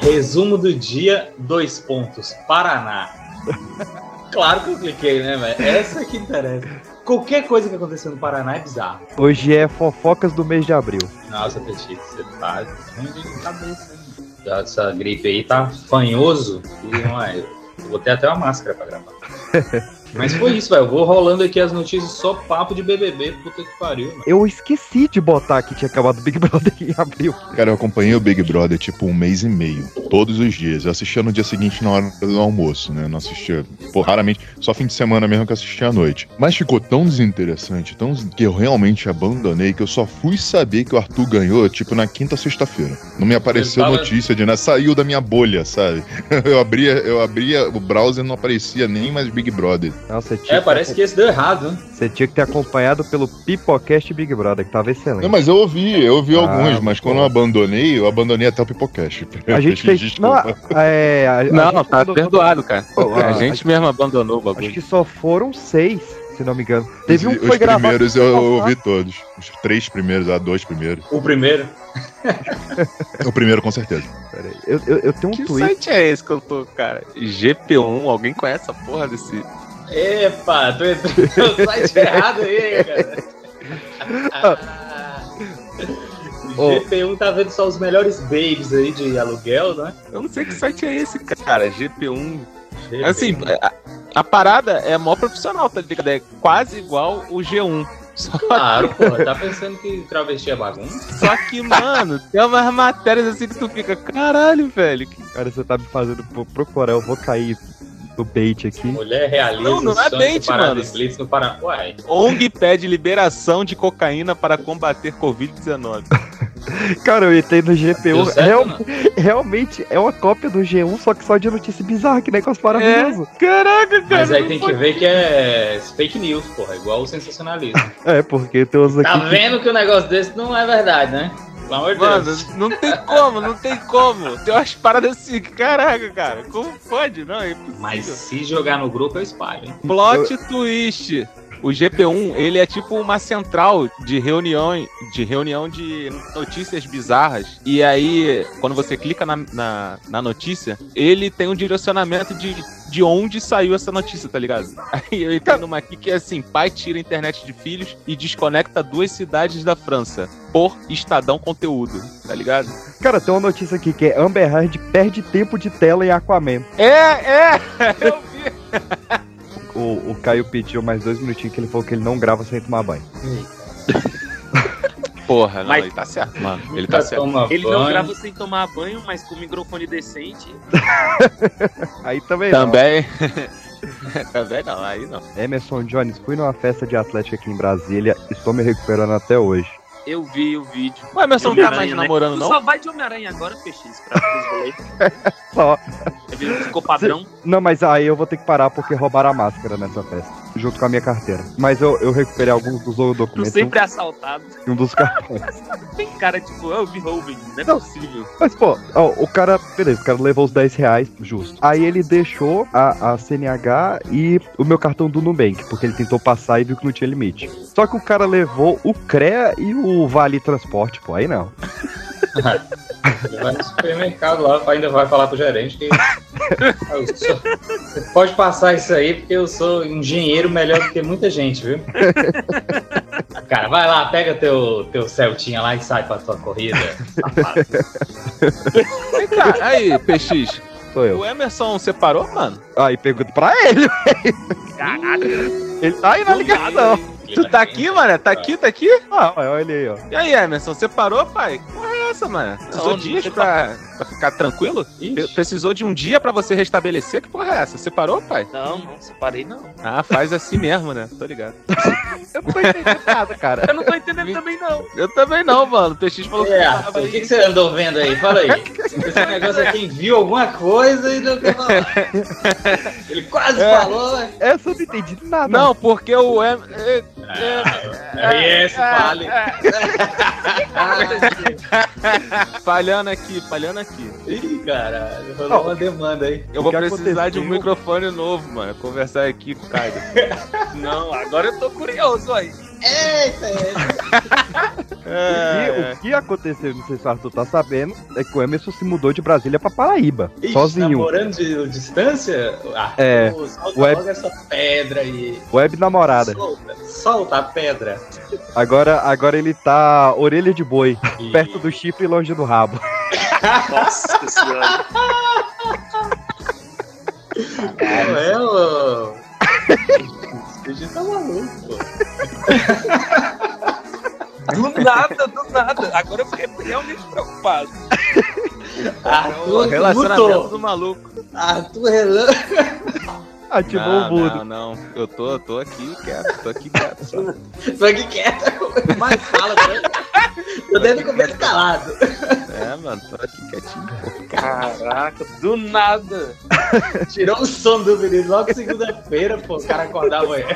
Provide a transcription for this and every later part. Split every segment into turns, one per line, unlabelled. Resumo do dia, dois pontos. Paraná. Claro que eu cliquei, né, velho? Essa que interessa. Qualquer coisa que aconteceu no Paraná é bizarro.
Hoje é fofocas do mês de abril.
Nossa, Petit, você tá ruim de cabeça, hein? Já Essa gripe aí tá fanhoso. E, ué, eu botei até uma máscara pra gravar. Mas foi isso, velho. Eu vou rolando aqui as notícias só papo de BBB. Puta que pariu, mano.
Eu esqueci de botar que tinha acabado o Big Brother em abril.
Cara, eu acompanhei o Big Brother tipo um mês e meio, todos os dias. Eu assistia no dia seguinte na hora do almoço, né? Eu não assistia, pô, raramente, só fim de semana mesmo que eu assistia à noite. Mas ficou tão desinteressante, tão des- que eu realmente abandonei, que eu só fui saber que o Arthur ganhou, tipo, na quinta ou sexta-feira. Não me apareceu
Ele tava-
notícia de nada, saiu da minha bolha, sabe? Eu abria, eu abria o browser e não aparecia nem mais Big Brother.
Não, você tinha,
É, parece que esse deu errado, né?
você tinha que ter acompanhado pelo Pipocast Big Brother, que tava excelente.
Não, mas eu ouvi, eu ouvi
Ah,
alguns, mas quando
pô.
eu abandonei, eu abandonei até o Pipocast.
A gente fez. Não,
Desculpa.
é, a- a
Não,
gente
tá
mandou-
perdoado, cara.
Pô,
A
a-
gente mesmo abandonou o
Acho
bagulho.
que só foram seis, se não me engano. Teve um
os,
que foi
os
gravado.
primeiros eu, eu
Aham.
ouvi todos. Os três primeiros, ah, dois primeiros. É
O primeiro.
O primeiro, com certeza.
Peraí, Eu, eu, eu tenho um
Que
tweet.
site é esse que eu tô, cara? GP1, alguém conhece essa porra desse.
Epa, tô entrando no site errado aí, cara.
Ô.
O GP1 tá vendo só os melhores babes aí de aluguel, né?
Eu não sei que site é esse, cara. GP1.
GP1.
Assim, a, a parada é mó profissional, tá ligado? É quase igual o G1. Só,
claro, porra, tá pensando que travesti é bagunça?
só que, mano, tem umas matérias assim que tu fica, caralho, velho. que-
Cara, você tá me fazendo pro- procurar. Eu vou cair do bait aqui.
Mulher realiza
Não, não
o
é
sonho
bait,
do Pará
mano.
de Blitz no Pará. Uai,
ONG pede liberação de cocaína para combater Covid-19.
Cara, eu entrei
deu
no GPU.
é
certo, né?
real-
não?
realmente é uma cópia do G1, só que só de notícia bizarra, que negócio maravilhoso.
Caraca, cara.
Mas aí
não
tem que
pode-
ver que é fake news, porra, igual o sensacionalismo.
É, porque tem uns aqui.
Tá
que-
vendo que o negócio desse não é verdade, né? Pelo amor de
Mano, é
Deus.
não tem como, não tem como. Tem umas paradas assim, que, caraca, cara. Como pode? Não, é impossível.
Mas se jogar no grupo, eu espalho, hein?
Plot twist. O GP1, ele é tipo uma central de reunião, de reunião de notícias bizarras. E aí, quando você clica na, na, na notícia, ele tem um direcionamento de, de onde saiu essa notícia, tá ligado? Aí eu entro numa aqui que é assim, pai tira a internet de filhos e desconecta duas cidades da França por Estadão Conteúdo, tá ligado?
Cara, tem uma notícia aqui que é Amber Heard perde tempo de tela em Aquaman.
É, é! Eu vi!
O, o Caio pediu mais dois minutinhos que ele falou que ele não grava sem tomar banho.
Porra, não,
Mas-
ele tá certo, mano. Ele
Nunca
tá certo.
toma
Ele
banho.
não grava sem tomar banho, mas com microfone decente.
Aí também. não.
Também. Também não, aí não.
Emerson Jones, fui numa festa de atlética aqui em Brasília, estou me recuperando até hoje.
Eu vi o vídeo.
Ué, mas você não tá
Homem-Aranha,
mais
né?
namorando,
Tu
não?
só vai de Homem-Aranha agora, peixinhos, pra os boletos.
Só.
Tá vendo? Ficou padrão.
Não, mas aí eu vou ter que parar porque roubaram a máscara nessa festa, junto com a minha carteira. Mas eu, eu recuperei alguns dos outros
Tu
documentos
sempre é assaltado.
e um dos cartões.
Tem cara, tipo, eu vi Robin, não é
Não.
possível.
Mas, pô, ó, o cara, beleza, o cara levou os 10 reais, justo. Aí ele deixou a, a CNH e o meu cartão do Nubank, porque ele tentou passar e viu que não tinha limite. Só que o cara levou o CREA e o Vale Transporte, pô, aí não.
Ele vai no supermercado lá, ainda vai falar pro gerente que. Eu sou- Você pode passar isso aí, porque eu sou engenheiro melhor do que muita gente, viu? Cara, vai lá, pega teu, teu Celtinha lá e sai pra tua corrida. safado.
Vem cá, aí, PX.
Sou eu.
O Emerson separou, mano?
Aí pergunta pra ele,
Caraca,
ele tá aí na ligação.
Tu tá aqui, mano? Tá aqui, tá aqui?
Ah, olha aí, ó.
E aí, Emerson, separou, pai? Que Porra é essa, mano? Precisou
Não,
de dias
não
pra, pra ficar tranquilo? Pre-
Ixi,
Precisou de um dia pra você restabelecer? Que porra é essa? Separou, pai?
Não, não, separei não.
Ah, faz assim mesmo, né? Tô ligado.
Eu não tô entendendo nada, cara.
Eu não tô entendendo também não.
Eu também não, mano. O PX falou que
é,
tava
Arthur, o que,
aí.
que você andou vendo aí? Fala aí. Esse negócio é quem viu alguma coisa e não quer falar. Ele quase
É.
falou. né?
Essa eu não entendi
Ah, tá.
nada.
Não, porque o é, Emerson. é,
Aí
É,
esse fale.
Ah.
Falhando aqui, falhando aqui.
Ih, caralho, rolou uma demanda aí.
Eu vou
que
precisar de um
aconteceu?
microfone novo, mano. Conversar aqui com o Caio.
Não, agora eu tô curioso aí.
Eita, é.
E
É.
o que aconteceu, não sei se o Arthur tá sabendo, é que o Emerson se mudou de Brasília pra Paraíba,
Ixi,
sozinho.
Namorando de distância? Ah,
É,
pô, Solta
web-
logo essa pedra aí.
Web namorada.
Solta, solta a pedra.
Agora, agora ele tá orelha de boi,
E-
perto do chifre e longe do rabo.
Nossa senhora.
Não é, ô. Os bichos estão malucos, tá pô.
Do nada, do nada. Agora eu fiquei realmente preocupado. Então,
Arthur
Relacionamento
mutou.
do maluco.
Arthur Relan.
Ativou
não,
o mudo.
não, não. Eu tô, tô aqui quieto, tô aqui quieto. só.
Frank quieto. Mais fala, cara. Tô dentro do começo calado.
É, mano, tô aqui quietinho.
Caraca, do nada.
Tirou o sono do menino logo segunda-feira, pô. O cara acordava amanhã,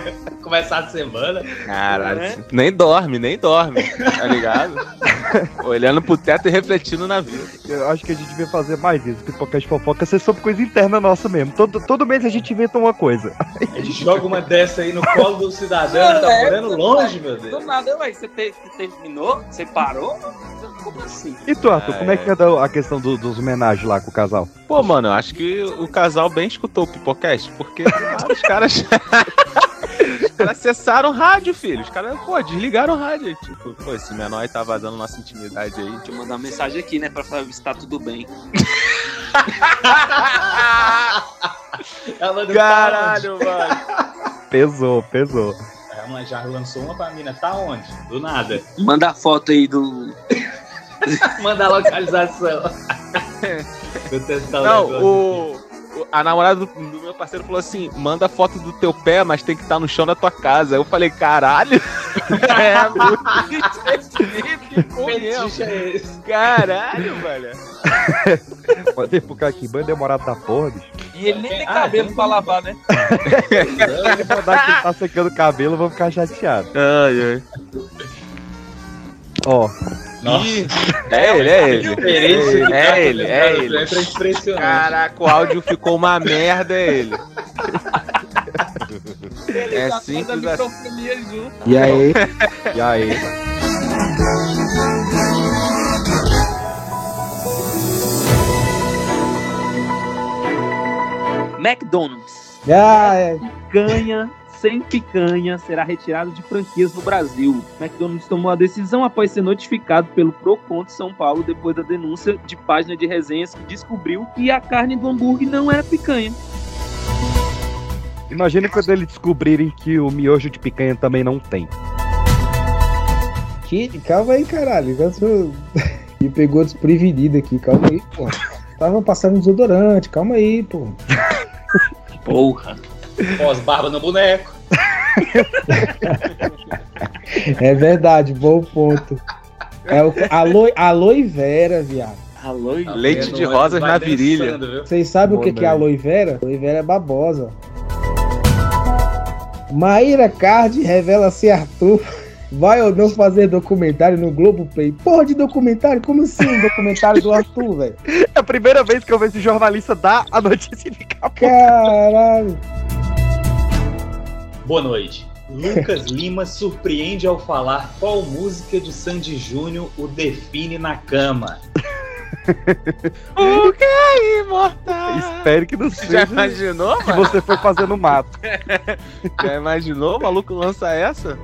começar a semana.
Caralho, esse- nem dorme, nem dorme, tá ligado? Olhando pro teto e refletindo na vida.
Eu acho que a gente devia fazer mais isso, pipoca de fofoca, ser sobre coisa interna nossa mesmo. Todo, todo mês a gente inventa uma coisa.
A gente joga uma dessa aí no colo do cidadão que tá morando longe, meu
Do
Deus.
nada, ué. Você, te- você terminou? Você parou? Como assim?
E tu, Arthur,
Ah,
como é
é.
que anda a questão do- dos homenagens lá com o casal?
Pô, mano, eu acho que o casal bem escutou o Pipocast, porque cara, os caras. os caras acessaram o rádio, filho. Os caras, pô, desligaram o rádio. Tipo, pô, esse menor aí tá vazando nossa intimidade aí.
Deixa eu mandar uma mensagem aqui, né? Pra falar se tá tudo bem.
Ela não tá
Caralho, mano.
Pesou, pesou.
Tá onde? Ela já lançou uma pra mina. Tá onde? Do nada.
Manda a foto aí do.
Manda a localização. Vou testar o
Não,
negócio.
o. o- A namorada do, do meu parceiro falou assim: manda foto do teu pé, mas tem que estar no chão da tua casa. Eu falei, caralho! é, muito ficou
Que
mesmo.
fetiche é esse?
Caralho, velho.
Pode ficar aqui, banda demorada da porra, bicho.
E ele nem tem
Ah,
cabelo
tem-
pra lavar, né?
Se mandar que tá secando o cabelo, eu vou ficar chateado.
Ai, ai.
Ó,
Nossa,
É ele, é ele.
diferente que tá
É ele,
fazendo,
é
cara,
ele.
É impressionante.
Caraca, o áudio ficou uma merda, é ele.
Ele
É
tá
simples
fazendo
assim.
microfonia junto.
e aí? E aí?
McDonald's
Ah, é.
ganha sem picanha será retirado de franquias no Brasil. McDonald's tomou a decisão após ser notificado pelo Procon de São Paulo depois da denúncia de página de resenhas que descobriu que a carne do hambúrguer não era picanha.
Imagina quando eles descobrirem que o miojo de picanha também não tem.
Que... Calma aí, caralho. Eu sou- Me pegou desprevenido aqui. Calma aí, pô. Tava passando um desodorante. Calma aí, pô.
Porra.
Pós-barba no boneco.
É verdade, bom ponto. É o alo... aloe vera, viado.
Alô,
Leite de
Tá Vai
rosas na
dançando,
virilha.
viu?
Vocês sabem o que,
Bom,
que
né?
é aloe vera? Aloe vera é babosa. Maíra Card revela se Arthur vai ou não fazer documentário no Globoplay. Porra de documentário? Como assim um documentário do Arthur, velho?
É a primeira vez que eu vejo jornalista dar a notícia de capô.
Caralho.
Boa noite. Lucas Lima surpreende ao falar qual música de Sandy Júnior o define na cama.
O que é imortal?
Espero que não
Você já
seja que
imaginou, mano?
você foi fazendo mato.
Já imaginou? O maluco lança essa?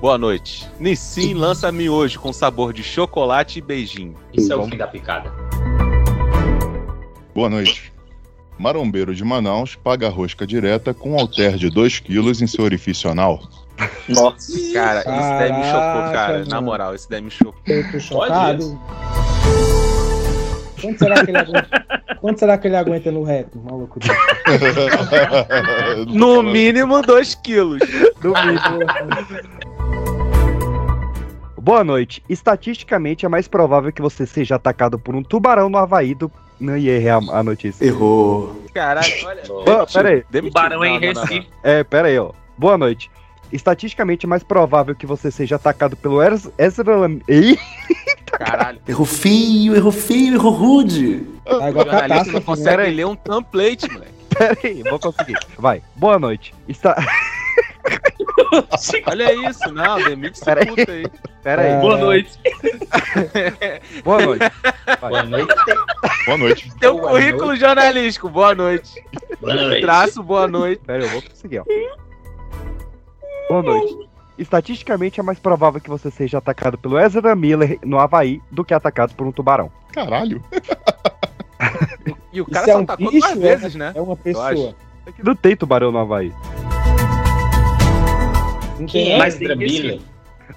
Boa noite. Nissin lança miojo com sabor de chocolate e beijinho.
Isso é o
Vamos.
fim da picada.
Boa noite. Marombeiro de Manaus paga rosca direta com alter de 2 quilos em seu orifício anal.
Nossa.
Cara, isso daí me chocou,
Caraca,
cara.
mano.
Na moral, esse daí me chocou.
Eu tô chocado. Quanto será, que ele aguenta... Quanto será que ele aguenta no reto, maluco? Tá desse?
No mínimo 2 quilos.
Boa noite. Estatisticamente é mais provável que você seja atacado por um tubarão no Havaí do. Não ia errar a a notícia.
Caralho, olha.
Boa, pera aí.
Demitido.
Barão em
Não, não, não, não.
Recife.
É, pera aí, ó. Boa noite. Estatisticamente é mais provável que você seja atacado pelo Ez- Ezra Lam... Ih,
Caralho.
Errou feio, errou feio, errou rude.
Tá
O
igual
jornalista não
catástrofe, né?
consegue ler um template, moleque.
pera aí, vou conseguir. Vai. Boa noite. Esta-
noite.
Olha isso, não, demite esse
Peraí.
puto aí.
Pera aí.
É.
Boa noite.
Boa noite.
Boa noite.
Boa noite.
Teu
Boa
um currículo jornalístico, boa noite. Um
Boa noite.
Traço, boa noite.
Pera aí, eu vou conseguir, ó. Boa noite. Estatisticamente é mais provável que você seja atacado pelo Ezra Miller no Havaí do que atacado por um tubarão.
Caralho.
E o
Isso
cara
é
só
um
atacou
bicho,
duas
é?
vezes, né?
É uma pessoa.
acho.
É que não tem tubarão no Havaí.
Não
Quem
tem-
é
Mas
Ezra
tem esse-
Miller?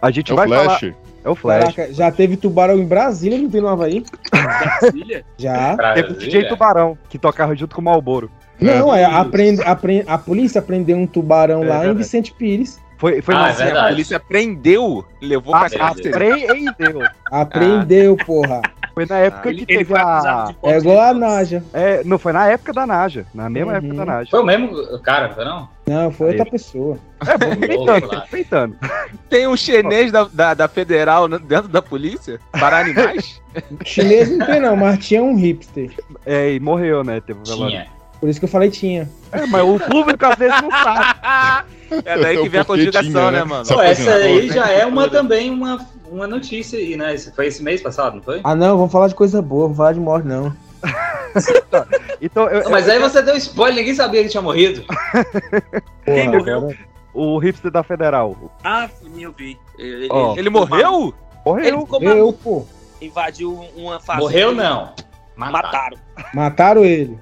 A gente
É o
vai falar.
Flash.
É o Flash.
Caraca, já teve tubarão em Brasília, não tem no Havaí?
Brasília?
Já.
Teve
É.
o DJ um Tubarão, que tocava junto com o Malboro.
Não, é, aprende, aprende, a polícia prendeu um tubarão
É
lá em
verdade.
Vicente Pires.
Foi, foi
Ah,
na
é
Assim, a
verdade.
polícia prendeu, levou pra
Ah,
cárcere.
Apreendeu.
Apreendeu, porra.
Foi na
Ah,
época que
Ele, ele
teve
foi acusado
a.
de
É igual a Naja.
É, não, foi na época da Naja. Na mesma
Uhum.
época da Naja.
Foi o mesmo cara, não foi não?
Não, foi outra
Aí.
pessoa.
É, vamos
Louco
então,
peitando,
lá.
peitando.
Tem um chinês da, da, da federal né, dentro da polícia? Para animais?
Chinês não tem, não, mas tinha um hipster.
É, e morreu, né? Teve o
então,
velório.
Tinha.
Por isso que eu falei tinha.
É, mas o público às vezes não sabe.
é daí que vem a
Porque tinha,
conjugação,
né?
né, mano?
Só
Pô, essa
fazendo-
aí já é uma também, uma, uma notícia aí, né? Esse- Foi esse mês passado, não foi?
Ah, não, vamos falar de coisa boa, vamos falar de morte, não.
Então, eu-
Ah,
Não, Mas aí você deu spoiler, ninguém sabia que tinha morrido.
Porra,
Quem morreu?
agora-
o hipster da Federal
Ah, sim, eu vi. Ele,
Ó.
Ele morreu?
Ele
morreu.
ficou
Eu,
maluco.
pô.
Invadiu uma fazenda.
Morreu não. Mataram.
Mataram.
Mataram ele.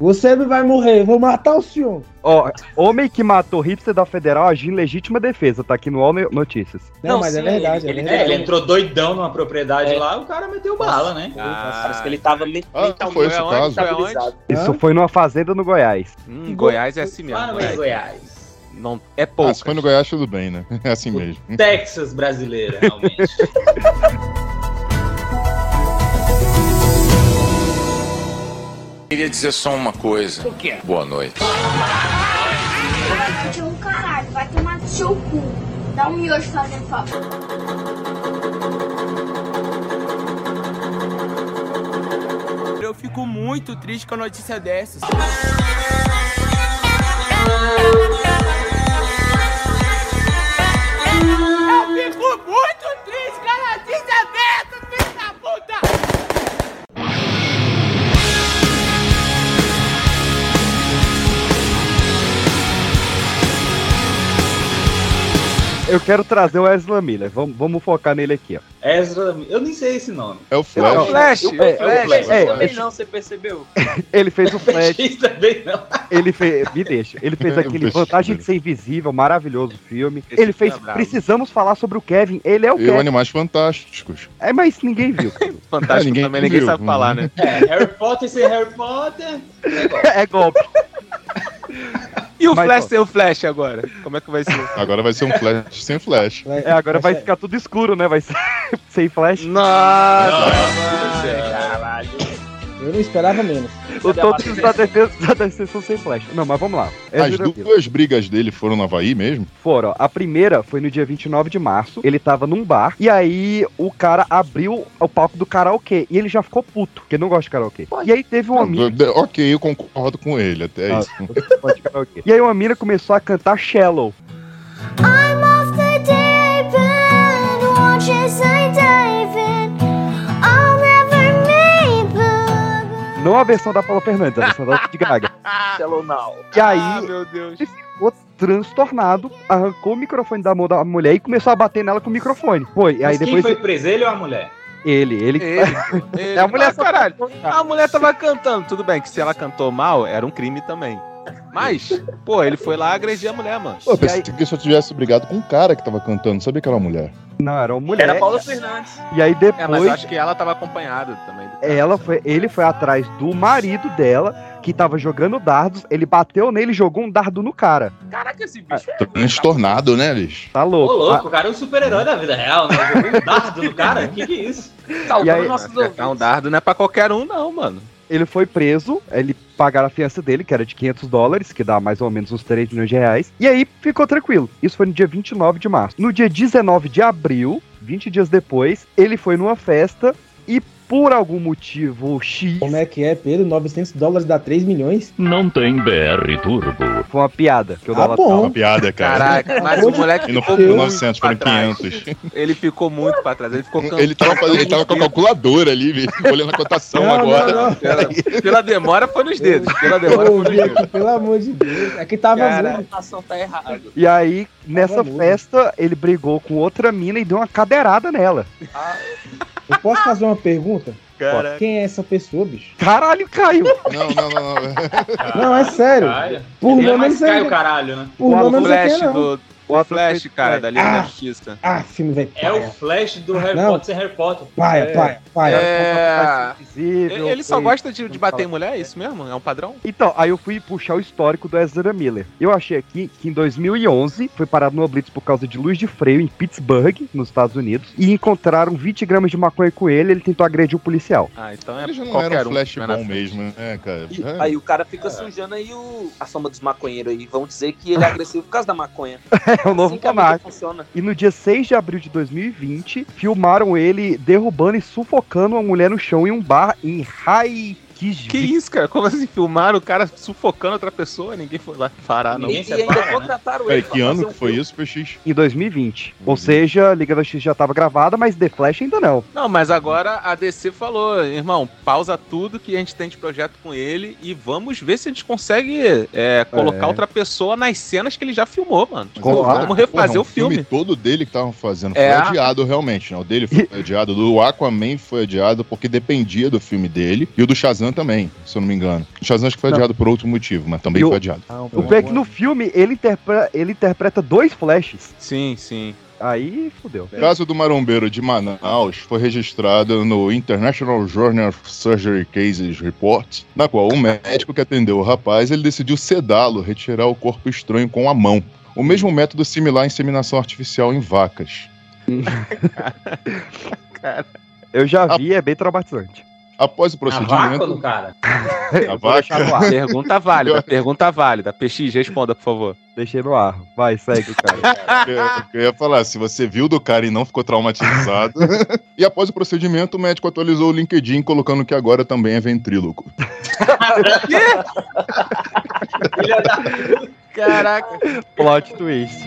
Você não vai morrer, eu vou matar o senhor.
Ó, homem que matou hipster da Federal agiu em legítima defesa. Tá aqui no All Notícias.
Não,
Não,
mas é
sim,
verdade,
ele-
é
ele-
É, ele
verdade.
entrou doidão numa propriedade
É.
lá, o cara meteu bala, né?
Ah, Parece que ele tava men-
Ah,
mentalmente
foi esse o caso?
tá?
estabilizado.
Isso foi numa fazenda no Goiás.
Hum, Goiás é assim mesmo.
Lá no
Goiás.
Goiás.
Não, é pouco.
Ah, se foi no Goiás, tudo bem, né? É assim mesmo.
Texas brasileira, realmente.
Queria dizer só uma coisa. O quê? Boa noite.
Vai pedir um caralho, vai tomar no seu cu. Dá um miojo fazendo favor.
Eu fico muito triste com a notícia dessas. Eu fico muito triste com a notícia dessas, filho da puta!
Eu quero trazer o Ezra Miller. Vamos, vamos focar nele aqui, ó.
Ezra, eu nem sei esse nome.
É o
Eu-
O
Flash.
Flash,
Eu- é,
o Flash.
Flash. É,
Também
esse-
não, você percebeu?
ele fez o flash,
Flash também não.
ele fez. Me deixa. Ele fez aquele
Deixa,
Vantagem
velho.
de Ser Invisível, maravilhoso filme.
Esse
ele fez.
filme é brabo.
Precisamos falar sobre o Kevin. Ele é o
E o
Kevin.
Animais Fantásticos.
É, mas ninguém viu.
Fantástico
É, ninguém
também, ninguém
viu.
sabe falar, né?
É, Harry Potter sem Harry Potter.
é golpe.
E o
Mas,
Flash
ó.
sem o Flash agora? Como é que vai ser?
Agora vai ser um Flash sem Flash.
Vai-
É, agora vai
ser-
ficar tudo escuro, né? Vai ser sem flash.
Nossa!
Caralho.
Eu não esperava menos.
O Totos da defesa da defesa sem flash. Não, mas vamos lá.
As
Ezra Miller.
duas brigas dele foram no Havaí mesmo?
Foram. ó. A primeira foi no dia 29 de março. Ele tava num bar. E aí o cara abriu o palco do karaokê. E ele já ficou puto, porque não gosta de karaokê. E aí teve um amigo.
Ok, eu concordo com ele, até
Ah,
isso.
você pode de karaokê. E aí uma mina começou a cantar Shallow.
I'm off the deep end, watches I dive in. I'll never make the
Não a versão da Paula Fernandes, a versão da Lady Gaga.
Shallow now.
E aí
Ah, meu Deus.
ficou transtornado, arrancou o microfone da mão da mulher e começou a bater nela com o microfone. Foi. E aí
Mas quem
depois
foi preso, ele ou a mulher?
ele, ele,
Ele, pô, ele.
É a mulher
Ah,
só-
caralho. A mulher tava cantando. Tudo bem que se ela cantou mal, era um crime também. Mas, pô, ele foi lá agredir a mulher, mano.
Pô, eu
E aí-
pensei que se eu tivesse brigado com um cara que tava cantando, sabia aquela mulher?
Não, era uma mulher.
Era Paulo Fernandes.
E aí
É, mas
depois
acho que ela tava acompanhada também.
ela foi, ele foi atrás do marido dela, que tava jogando dardos, ele bateu nele e jogou um dardo no cara.
Caraca, esse bicho.
Transtornado, né, bicho?
Tá
Ô,
louco.
louco, o cara é um super-herói da vida real, né? Jogou um dardo no cara, que que é isso?
E aí-
Salvando nossos
Acertar um
ouvidos.
dardo não é pra qualquer um, não, mano.
Ah, Ele foi preso, ele pagaram a fiança dele, que era de 500 dólares, que dá mais ou menos uns 3 milhões de reais. E aí ficou tranquilo. Isso foi no dia 29 de março. No dia 19 de abril, 20 dias depois, ele foi numa festa e por algum motivo X.
Como é que é, Pedro? 900 dólares dá 3 milhões?
Não tem BR Turbo.
Foi uma piada que eu
Ah,
dava
bom.
Uma piada, cara.
Caraca, mas o moleque
E não
ficou
foi
muito
900,
pra
foram
trás. Então,
500.
Ele ficou muito pra trás. Ele ficou cansado.
Ele tava, fazendo- ele tava com a calculadora ali, velho, olhando a cotação
Não,
agora.
não, não.
Pela, pela demora foi nos dedos. Pela demora
Eu
foi nos
ouvi
dedos.
aqui, pelo amor de Deus. Aqui tava
Cara, a
azul.
ação tá errada.
E aí, nessa
maluco.
festa, ele brigou com outra mina e deu uma cadeirada nela.
Eu posso fazer uma pergunta?
Cara,
Quem é essa pessoa, bicho?
Caralho, Caio!
Não, não, não. não.
Não, é sério.
Caralho.
Por
Ele é
nome eu não
mais
sei.
cai o caralho, né?
Por nome eu
o
não sei
Flash
quem é, não.
do. O Flash, cara, da Liga da
Ah.
Justiça.
Ah, filme velho.
É o Flash do Harry
Não.
Potter sem Harry Potter.
Paia, paia, paia.
É.
Invisível,
Ele ele só
foi-
gosta de, de
Vamos
bater em
falar.
mulher, é isso mesmo? É um padrão?
Então, aí eu fui puxar o histórico do Ezra Miller. Eu achei aqui que em 2011 foi parado no Blitz por causa de luz de freio em Pittsburgh, nos Estados Unidos, e encontraram 20 gramas de maconha com ele e ele tentou agredir o policial.
Ah, então é
Ele já não era
qualquer um
um
que
flash
vai na
bom
frente.
mesmo, né, cara?
E
É.
aí o cara fica sujando aí o... a soma dos maconheiros aí. Vão dizer que ele é agressivo por causa da maconha.
É o novo
assim que a
Camargo.
vida funciona.
E no dia 6 de abril de 2020, filmaram ele derrubando e sufocando uma mulher no chão em um bar em
Que
Raikiji.
isso, cara? Como assim? Filmaram o cara sufocando outra pessoa? Ninguém foi lá
Ah,
parar, não.
E,
Ninguém
é
e
separa,
ainda
né?
contrataram
Peraí,
ele. pra
É, que ano
fazer
que
um
foi
filme.
isso, PX?
Em 2020.
Uhum.
Ou seja, Liga da X já estava gravada, mas The Flash ainda não.
Não, mas agora a DC falou, irmão, pausa tudo que a gente tem de projeto com ele e vamos ver se a gente consegue é, colocar
É.
outra pessoa nas cenas que ele já filmou, mano.
Mas,
Vamos
cara,
lá.
Vamos refazer o
um
filme.
todo dele que estavam fazendo. Foi
É.
adiado realmente, né? O dele foi adiado, do Aquaman foi adiado porque dependia do filme dele. E o do Shazam também, se eu não me engano. O Shazam acho que foi
Não.
adiado por outro motivo, mas também
E o-
foi adiado.
O pior é que no filme ele, interpre- ele interpreta dois flashes.
Sim, sim.
Aí fudeu.
O caso do marombeiro de Manaus foi registrado no International Journal of Surgery Cases Report, na qual o médico que atendeu o rapaz ele decidiu sedá-lo, retirar o corpo estranho com a mão. O mesmo método similar à inseminação artificial em vacas.
Eu já vi, é bem traumatizante.
Após o
A vaca do
procedimento,
cara.
a
Eu vou
vaca,
deixar no ar.
Pergunta válida, pergunta válida. PX, responda, por favor.
Deixei no ar. Vai, segue, cara.
eu eu ia falar, se você viu do cara e não ficou traumatizado. e após o procedimento, o médico atualizou o LinkedIn, colocando que agora também é ventríloco.
Filha da
Caraca.
Plot twist.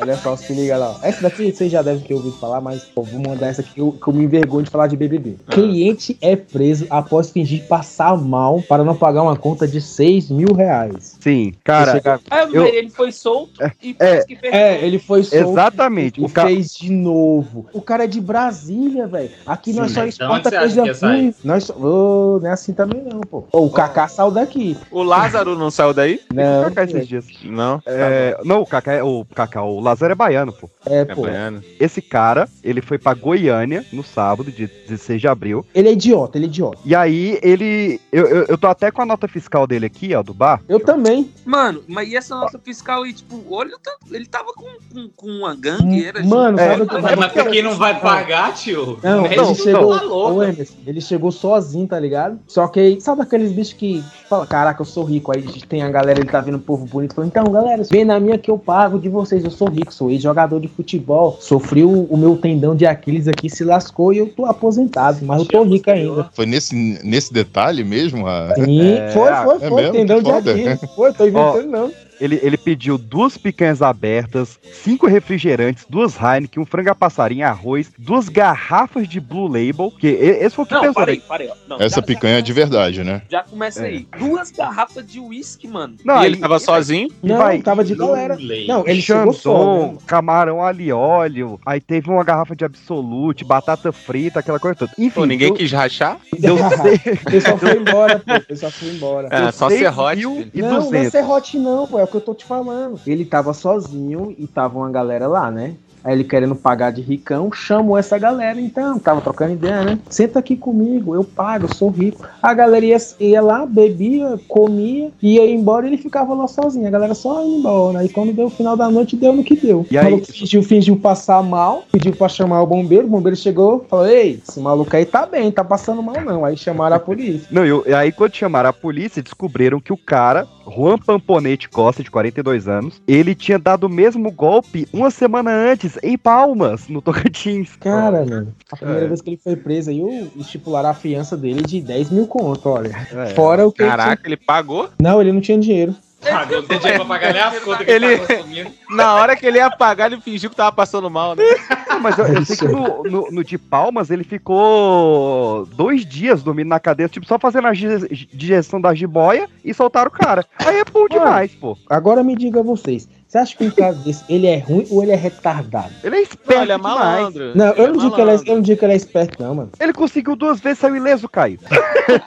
Olha só, se liga lá. ó. Essa daqui vocês já devem ter ouvido falar, mas eu vou mandar essa aqui que eu, que eu me envergonho de falar de BBB.
Ah.
Cliente é preso após fingir passar mal para não pagar uma conta de 6 mil reais.
Sim, cara.
Chega-
Ah,
Eu-
Ele foi solto e
É,
parece que perdeu.
É, ele foi solto
Exatamente.
e
O cara.
fez de novo. O cara é de Brasília, velho. Aqui nós
Sim,
só
mas
exporta
de onde você acha
coisa
que ia sair?
ruim. Nós só... Ô, não é assim também não, pô. Ô, o Kaká saiu daqui. né?
O Lázaro não saiu daí?
Não,
Cacá esses dias.
Não.
É, não, o Cacá é o Cacá, o Lázaro é baiano, pô.
é,
É
pô.
baiano.
Esse cara, ele foi pra Goiânia no sábado, dia 16 de abril.
Ele é idiota, ele é idiota.
E aí ele. Eu, eu, eu tô até com a nota fiscal dele aqui, ó, do bar.
Eu também.
Mano, mas e essa nossa fiscal aí, tipo, olha, o tanto- ele tava com, com, com uma gangueira.
Mano,
É.
sabe o que
Mas,
sabe o
mas
que
pra quem não vai pagar, tio,
Não,
né,
não, é.
a
não.
gente
chegou,
tá louco.
Ô, Emerson, ele chegou sozinho, tá ligado? Só que aí, sabe aqueles bichos que fala, caraca, eu sou rico. Aí tem a galera, ele tá vendo o povo bonito, falando, então, galera, vem na minha que eu pago de vocês, eu sou rico, sou ex-jogador de futebol, sofri o, o meu tendão de Aquiles aqui, se lascou e eu tô aposentado, mas eu tô rico ainda.
Foi nesse, nesse detalhe mesmo? a-
Sim,
É,
foi, foi,
é
foi,
mesmo?
tendão
Que
de
foda.
Aquiles. Foi, tô inventando não.
Ele, ele pediu duas picanhas abertas, cinco refrigerantes, duas Heineken, um frango a passarinho, arroz, duas garrafas de Blue Label. Que e- esse foi o que
Não,
pensou,
parei,
né?
parei. ó. Não,
Essa
já-
picanha é de verdade, né?
Já começa
É.
aí. Duas garrafas de uísque, mano.
Não,
e ele tava sozinho?
Não,
vai,
tava de galera.
Lulei.
Não, ele chegou só,
Chandon,
né?
camarão ali óleo, aí teve uma garrafa de absolute, batata frita, aquela coisa toda. Enfim,
Pô, ninguém
deu-
quis rachar?
deu seis-
O pessoal foi embora, pô, o pessoal foi embora.
É, só
seis
serrote.
mil
filho.
e
não, não é
200.
serrote não, pô, é o que eu tô te falando. Ele tava sozinho e tava uma galera lá, né? Aí ele querendo pagar de ricão, chamo essa galera, então, tava trocando ideia, né? Senta aqui comigo, eu pago, sou rico. A galera ia, ia lá, bebia, comia, ia embora e ele ficava lá sozinho. A galera só ia embora. Aí quando deu o final da noite, deu no que deu.
E
O
aí-
maluco fingiu, fingiu passar mal, pediu pra chamar o bombeiro, o bombeiro chegou, falou, ei, esse maluco aí tá bem, tá passando mal não. Aí chamaram a polícia.
Não, e o- e aí quando chamaram a polícia, descobriram que o cara, Juan Pamponete Costa, de 42 anos, ele tinha dado o mesmo golpe uma semana antes, em Palmas, no Tocantins.
Cara, mano, a primeira
É.
vez que ele foi preso, aí eu estipularam a fiança dele de 10 mil conto, olha.
É.
Fora o que ele
Caraca, ele pagou?
tinha- Não, ele não tinha dinheiro.
Pagou todo dia pra pagar nem as contas que
Ele-
ele tava consumindo.
Na hora que ele ia pagar, ele fingiu que tava passando mal, né?
Não, Ah, mas eu, eu sei que no, no- no de Palmas ele ficou dois dias dormindo na cadeia, tipo, só fazendo a gi- digestão da jiboia e soltaram o cara. Aí é bom demais, pô.
Agora me diga vocês, você acha que um caso desse, ele é ruim ou ele é retardado?
Ele é esperto
Olha,
demais.
malandro.
Não,
Ele
eu
é
não, digo que ele é,
malandro.
eu não digo que ele é esperto, não, mano.
Ele conseguiu duas vezes, saiu ileso, Caio.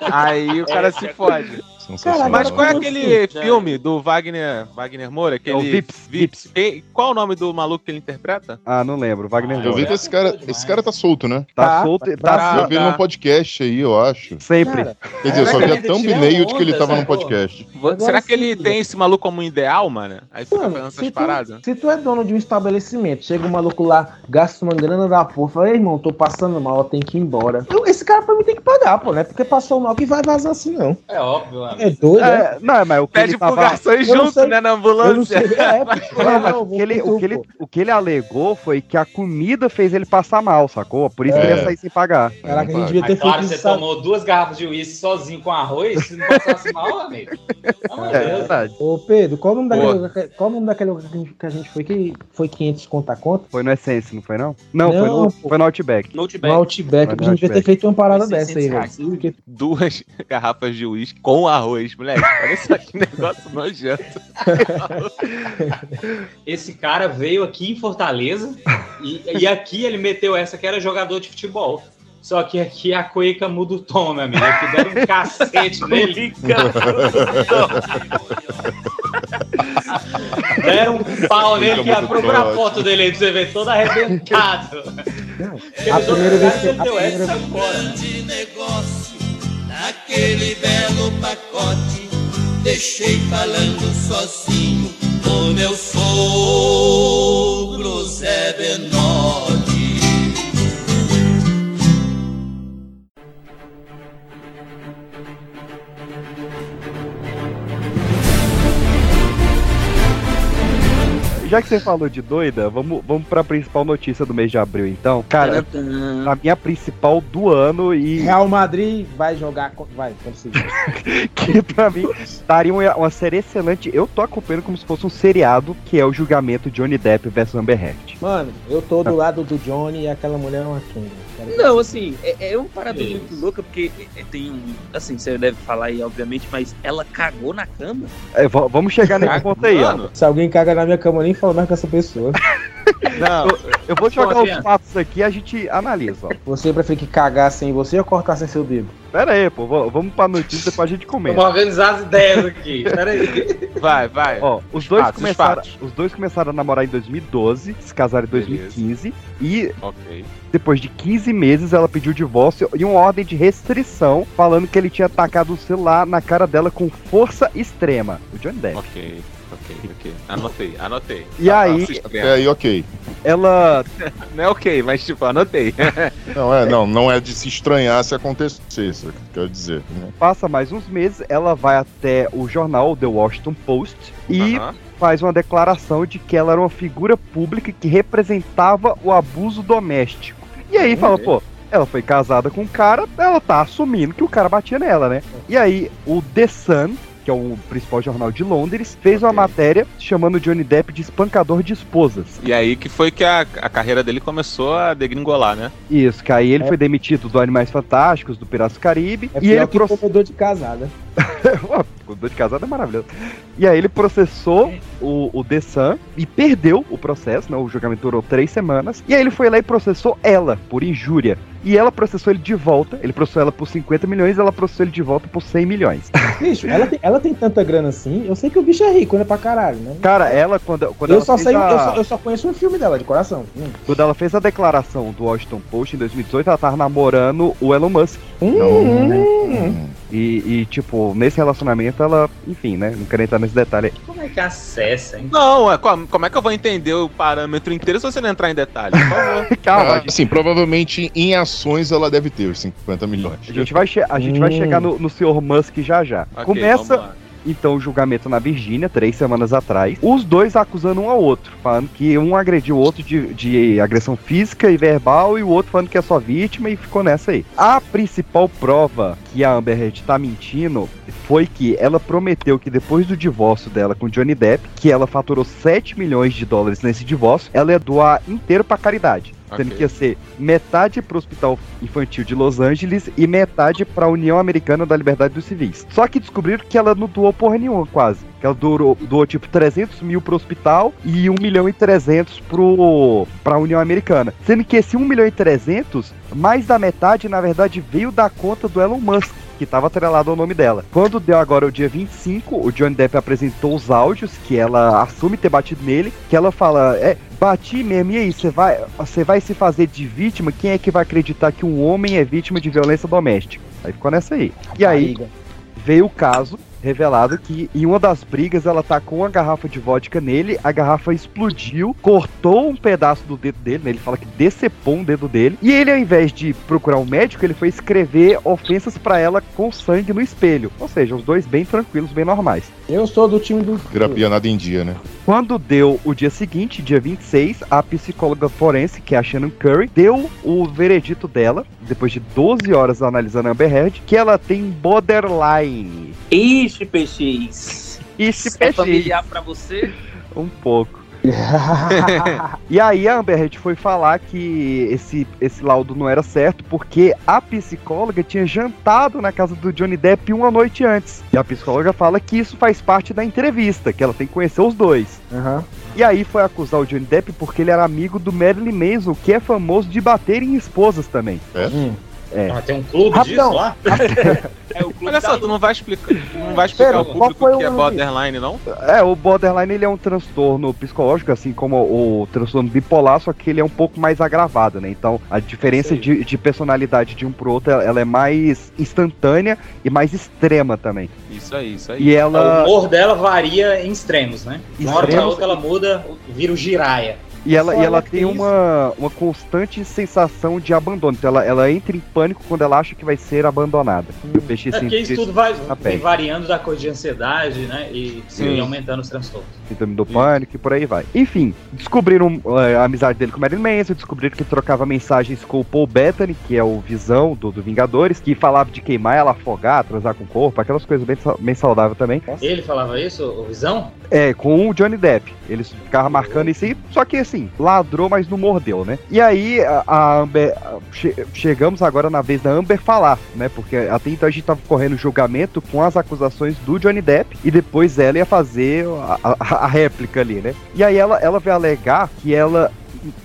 Aí o cara se fode.
Sensacional.
Mas qual é
Não,
aquele
sim, já
filme do Wagner, Wagner Moura? Aquele
É o Vips, Vips.
Quem- qual o nome do maluco que ele interpreta?
Ah, não lembro, Wagner
Eu vi
Moura.
que esse cara, esse cara tá solto, né?
Tá solto, tá
tá-
eu vi ele num podcast aí, eu acho.
sempre.
Quer dizer, eu só vi a
Ele tira
thumbnail de que ele
onda,
tava
essa
num podcast.
Vo-
Agora
Será que
sim,
ele
velho.
tem esse maluco como ideal, mano? Aí fica
Mano,
fazendo essas
se tu-
paradas.
Se tu é dono de um estabelecimento, chega um maluco lá, gasta uma grana da porra, fala, "Ei, irmão, tô passando mal, tem que ir embora. Eu- esse cara pra mim tem que pagar, pô, né? Porque passou mal que vai vazar assim, não.
É óbvio, mano.
É doido, é?
É, não, mas o que
Pede
ele
pro
tava...
garçom ir
eu não
junto,
sei-
né, na
Eu não
ambulância.
sei. É,
Não,
pô, não,
mas
eu
o
vou
que, ele,
pro
o, que ele,
pô.
o que ele alegou foi que a comida fez ele passar mal, sacou? Por isso que ele
É.
ia sair sem pagar.
Caraca, a gente
Mas
devia ter
Mas claro,
feito
você
isso. sabe?
tomou duas garrafas de uísque sozinho com arroz, se não passasse mal, amigo. Pelo amor de
É,
Deus.
verdade.
Ô, Pedro, qual o nome
Boa.
daquele, lugar- qual o nome daquele lugar que a gente- que a gente foi que foi 500 conta a conta?
Foi no Essence, não foi não? Não,
Não,
foi, no,
pô.
foi no Outback.
No
Noteback.
Outback,
Vai
a
no
gente devia ter
Outback.
feito uma parada
Foi 600
dessa aí, velho.
reais.
Porque-
Duas garrafas de uísque com arroz, moleque. Olha só que negócio nojento.
Esse cara veio aqui em Fortaleza e, e aqui ele meteu essa que era jogador de futebol. Só que aqui a cueca muda o tom, meu amigo. Aqui deram um cacete nele. Deram um pau nele que ia
Cueca muda o tom, é
procurar
ótimo.
foto dele aí pra você ver, todo arrebentado. Ele
a
usou
primeira
lugar,
vez que-
ele
a
deu
primeira-
essa fora.
Já que você falou de doida, vamos, vamos pra principal notícia do mês de abril, então. Cara, a minha principal do ano e
Real Madrid vai jogar. co- Vai, conseguir.
que pra mim daria uma, uma série excelente. Eu tô acompanhando como se fosse um seriado, que é o julgamento Johnny Depp versus Amber Heard.
Mano, eu tô do lado do Johnny e aquela mulher é uma quem.
Não, assim, é, é uma parada
Isso.
muito louca, porque é- é- tem um. Assim, você deve falar aí, obviamente, mas ela cagou na cama?
É, va- vamos chegar nesse ponto aí, ó.
Mano,
Se alguém caga na minha cama, eu nem falo mais com essa pessoa.
não.
Eu vou jogar
Sozinha.
os fatos aqui e a gente analisa, ó.
Você prefere que cagasse em você ou cortasse seu dedo?
Pera aí, pô, va- vamos pra notícia depois a gente comenta.
Vamos organizar as ideias aqui. Peraí.
Vai, vai.
Ó, os dois,
fatos, os
começaram,
Ah, fatos.
os dois começaram a namorar em 2012, se casaram em
Beleza.
2015 e
Ok.
depois de 15 meses ela pediu divórcio e uma ordem de restrição falando que ele tinha atacado o celular na cara dela com força extrema. O Johnny Depp.
Ok, ok, ok. Anotei, anotei.
E aí-
assista bem.
É aí, ok.
Ela
Não é ok, mas tipo, anotei.
Não é, não, não é de se estranhar se acontecer, isso que eu quero dizer. né?
passa mais uns meses, ela vai até o jornal The Washington Post e
Aham.
faz uma declaração de que ela era uma figura pública que representava o abuso doméstico. E aí fala, pô, ela foi casada com um cara, ela tá assumindo que o cara batia nela, né? E aí o The Sun, que é o principal jornal de Londres, fez uma
Ok.
matéria chamando Johnny Depp de espancador de esposas.
E aí que foi que a, a carreira dele começou a degringolar, né?
Isso, que aí ele
É.
foi demitido do Animais Fantásticos, do Piratas do Caribe,
É
e
pior
ele
que
prof-
comedor de casada.
Pô, com dor de casado é maravilhoso. E aí ele processou
É.
o, o The Sun e perdeu o processo, né? O julgamento durou três semanas. E aí ele foi lá e processou ela por injúria. E ela processou ele de volta. Ele processou ela por 50 milhões, ela processou ele de volta por 100 milhões.
Bicho, ela tem, ela tem tanta grana assim. Eu sei que o bicho é rico, né? Pra caralho, né?
Cara, ela quando, quando
eu,
ela
só
fez
sei,
a-
eu, só, eu só conheço um filme dela, de coração. Hum.
Quando ela fez a declaração do Washington Post em 2018, ela tava namorando o Elon Musk.
Hum, né?
E, e, tipo, nesse relacionamento ela, enfim, né? Não quero entrar nesse detalhe.
Como é que acessa, hein?
Não, é, co- como é que eu vou entender o parâmetro inteiro se você não entrar em detalhe? Por favor.
Calma.
assim, provavelmente em ações ela deve ter os 50 milhões.
A gente vai, che- a gente vai
Hum.
chegar no, no senhor Musk já já.
Ok, vamos
Começa. Então, o julgamento na Virgínia, três semanas atrás, os dois acusando um ao outro, falando que um agrediu o outro de, de agressão física e verbal, e o outro falando que é só vítima, e ficou nessa aí. A principal prova que a Amber Heard tá mentindo foi que ela prometeu que depois do divórcio dela com Johnny Depp, que ela faturou 7 milhões de dólares nesse divórcio, ela ia doar inteiro pra caridade. Sendo
Ok.
que ia ser metade pro Hospital Infantil de Los Angeles e metade pra União Americana da Liberdade dos Civis. Só que descobriram que ela não doou porra nenhuma, quase. Que ela doou, doou tipo 300 mil pro hospital e 1 milhão e 300 pro, pra União Americana. Sendo que esse 1 milhão e 300, mais da metade, na verdade, veio da conta do Elon Musk. Que estava atrelado ao nome dela. Quando deu agora o dia 25, o Johnny Depp apresentou os áudios que ela assume ter batido nele. Que ela fala: É, Bati mesmo, e aí, você vai, você vai se fazer de vítima? Quem é que vai acreditar que um homem é vítima de violência doméstica? Aí ficou nessa aí. E aí
Barriga.
veio o caso revelado que em uma das brigas ela tacou uma garrafa de vodka nele, a garrafa explodiu, cortou um pedaço do dedo dele, né? ele fala que decepou um dedo dele, e ele ao invés de procurar um médico, ele foi escrever ofensas pra ela com sangue no espelho. Ou seja, os dois bem tranquilos, bem normais.
Eu sou do time do.
Terapia nada em dia, né?
Quando deu o dia seguinte, dia 26, a psicóloga forense, que é a Shannon Curry, deu o veredito dela, depois de 12 horas analisando a Amber Heard, que ela tem borderline.
Ixi, PX.
Ixi,
É
PX.
familiar pra você?
Um pouco. e aí a Amber Heard foi falar que esse, esse laudo não era certo porque a psicóloga tinha jantado na casa do Johnny Depp uma noite antes. E a psicóloga fala que isso faz parte da entrevista, que ela tem que conhecer os dois. E aí foi acusar o Johnny Depp porque ele era amigo do Marilyn Manson, que é famoso de bater em esposas também.
É?
É.
Ah, tem um clube
Rapidão.
disso lá?
Olha só, tu não vai explicar, tu não vai explicar
Pera,
ao
qual foi
público que
o
é
nome?
borderline, não?
É, o borderline ele é um transtorno psicológico, assim como o transtorno bipolar, só que ele é um pouco mais agravado, né? Então a diferença de, de personalidade de um pro outro ela é mais instantânea e mais extrema também.
Isso aí, isso aí.
E ela-
O humor dela varia em extremos, né? De uma hora pra
Extremos.
outra ela muda, vira o giraia.
E ela, e
Olha
ela
que
tem
isso.
uma, uma constante sensação de abandono. Então ela, ela entra em pânico quando ela acha que vai ser abandonada. E o peixe
É porque
sente
isso tudo vai
na
vem
pele.
variando da cor de ansiedade, né? E sim,
Sim.
aumentando os transtornos.
Síndrome do pânico e por aí vai. Enfim, descobriram eh, a amizade dele com o Marilyn Manson, descobriram que trocava mensagens com o Paul Bettany, que é o Visão do, do Vingadores, que falava de queimar ela, afogar, transar com o corpo, aquelas coisas bem, sa- bem saudáveis também.
Ele falava isso, o Visão?
É, com o Johnny Depp. Eles ficavam marcando isso aí, só que assim, ladrou, mas não mordeu, né? E aí, a, a Amber. a- che- chegamos agora na vez da Amber falar, né? Porque até então a gente tava correndo julgamento com as acusações do Johnny Depp e depois ela ia fazer a, a- a réplica ali, né? E aí ela, ela vai alegar que ela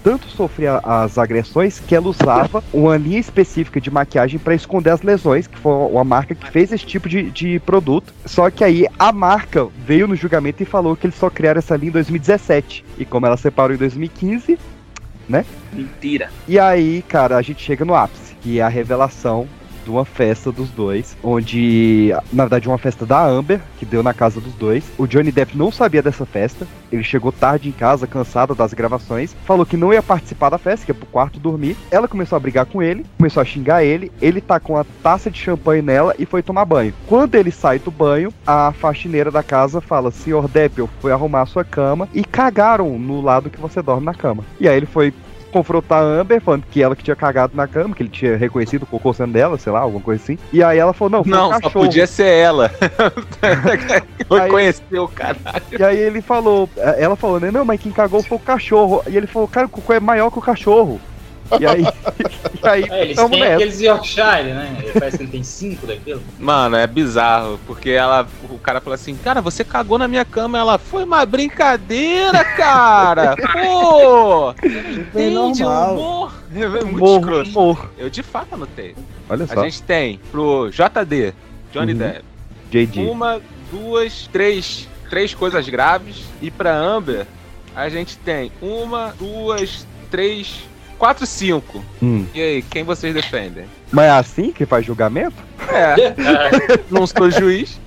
tanto sofria as agressões que ela usava uma linha específica de maquiagem para esconder as lesões, que foi uma marca que fez esse tipo de, de produto. Só que aí a marca veio no julgamento e falou que eles só criaram essa linha em 2017. E como ela separou em 2015, né?
Mentira.
E aí, cara, a gente chega no ápice, que é a revelação de uma festa dos dois, onde, na verdade, uma festa da Amber, que deu na casa dos dois. O Johnny Depp não sabia dessa festa, ele chegou tarde em casa, cansado das gravações, falou que não ia participar da festa, que ia pro quarto dormir. Ela começou a brigar com ele, começou a xingar ele, ele tacou uma taça de champanhe nela e foi tomar banho. Quando ele sai do banho, a faxineira da casa fala: Senhor Depp, eu fui arrumar a sua cama e cagaram no lado que você dorme na cama. E aí ele foi confrontar a Amber, falando que ela que tinha cagado na cama, que ele tinha reconhecido o cocô sendo dela, sei lá, alguma coisa assim. E aí ela falou, não, foi
Não,
um
só
cachorro.
podia ser ela. Reconheceu, caralho.
E aí ele eh, falou, ela falou, né, não, mas quem cagou foi o cachorro. E ele falou, cara, o cocô é maior que o cachorro. E aí, e aí
É, eles
tamo
têm
nessa.
aqueles Yorkshire, né? Ele Parece que ele tem cinco daquilo.
Mano, é bizarro, porque ela, o cara fala assim, cara, você cagou na minha cama, ela foi uma brincadeira, cara! Pô!
Bem
Entende,
normal.
humor! É muito
Humor,
escroto.
humor.
Eu de fato anotei.
Olha
A
só.
gente tem pro JD, Johnny
Uhum.
Depp,
JD.
uma, duas, três, três coisas graves. E pra Amber, a gente tem uma, duas, três, quatro, cinco.
Hum.
E aí, quem vocês defendem?
Mas é assim que faz julgamento?
É, não sou juiz,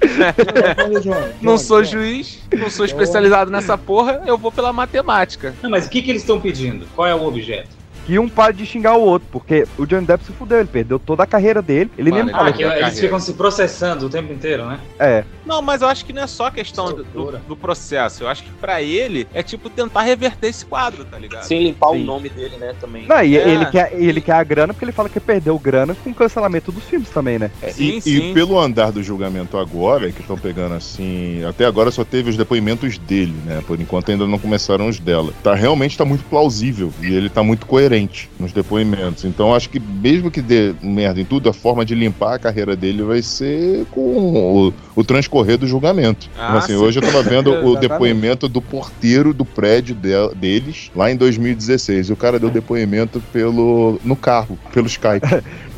não sou
é.
juiz, não sou especializado nessa porra, eu vou pela matemática.
Não, mas o que, que eles estão pedindo? Qual é o objeto?
Que um para de xingar o outro, porque o Johnny Depp se fudeu, ele perdeu toda a carreira dele. Ele
Mano,
mesmo
Ah,
falou.
que eles ficam se processando o tempo inteiro, né?
É.
Não, mas eu acho que não é só questão do, do- do processo. Eu acho que pra ele é tipo tentar reverter esse quadro, tá ligado?
Sem limpar
Sim.
o nome dele, né, também.
Não, e
É.
ele, quer, ele quer a grana porque ele fala que perdeu grana com o cancelamento dos filmes também, né?
É, e, e pelo andar do julgamento agora, que estão pegando assim. Até agora só teve os depoimentos dele, né? Por enquanto ainda não começaram os dela. Tá, realmente tá muito plausível e ele tá muito coerente nos depoimentos. Então acho que mesmo que dê merda em tudo, a forma de limpar a carreira dele vai ser com o, o transcorrer do julgamento.
Ah,
Então, assim,
sim.
hoje eu tava vendo o
Exatamente.
depoimento do porteiro do prédio de- deles lá em 2016. E o cara
É.
deu depoimento pelo no carro, pelo Skype.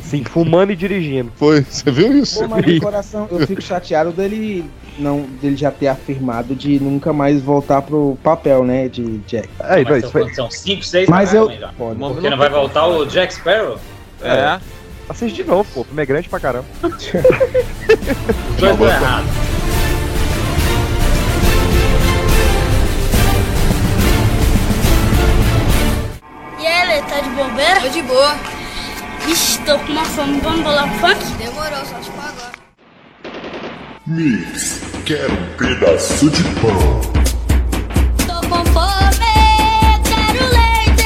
Sim, fumando e dirigindo.
Foi, você viu isso?
Pô, mas no coração, eu fico chateado dele não dele já ter afirmado de nunca mais voltar pro papel, né, de Jack.
Aí,
Mas
dois,
são,
foi.
são cinco, seis,
Mas
tá
eu-
vendo, já.
Pode.
Porque não vai voltar o Jack Sparrow?
É.
Assiste de novo, pô. O filme é grande pra caramba.
Os dois estão errados.
E ele, tá de bobeira? Tô de boa. Ixi, tô com uma fome. Vamos bolar pro funk? Demorou, só te pagar.
Mix, quero um pedaço de pão.
Tô com fome, quero leite.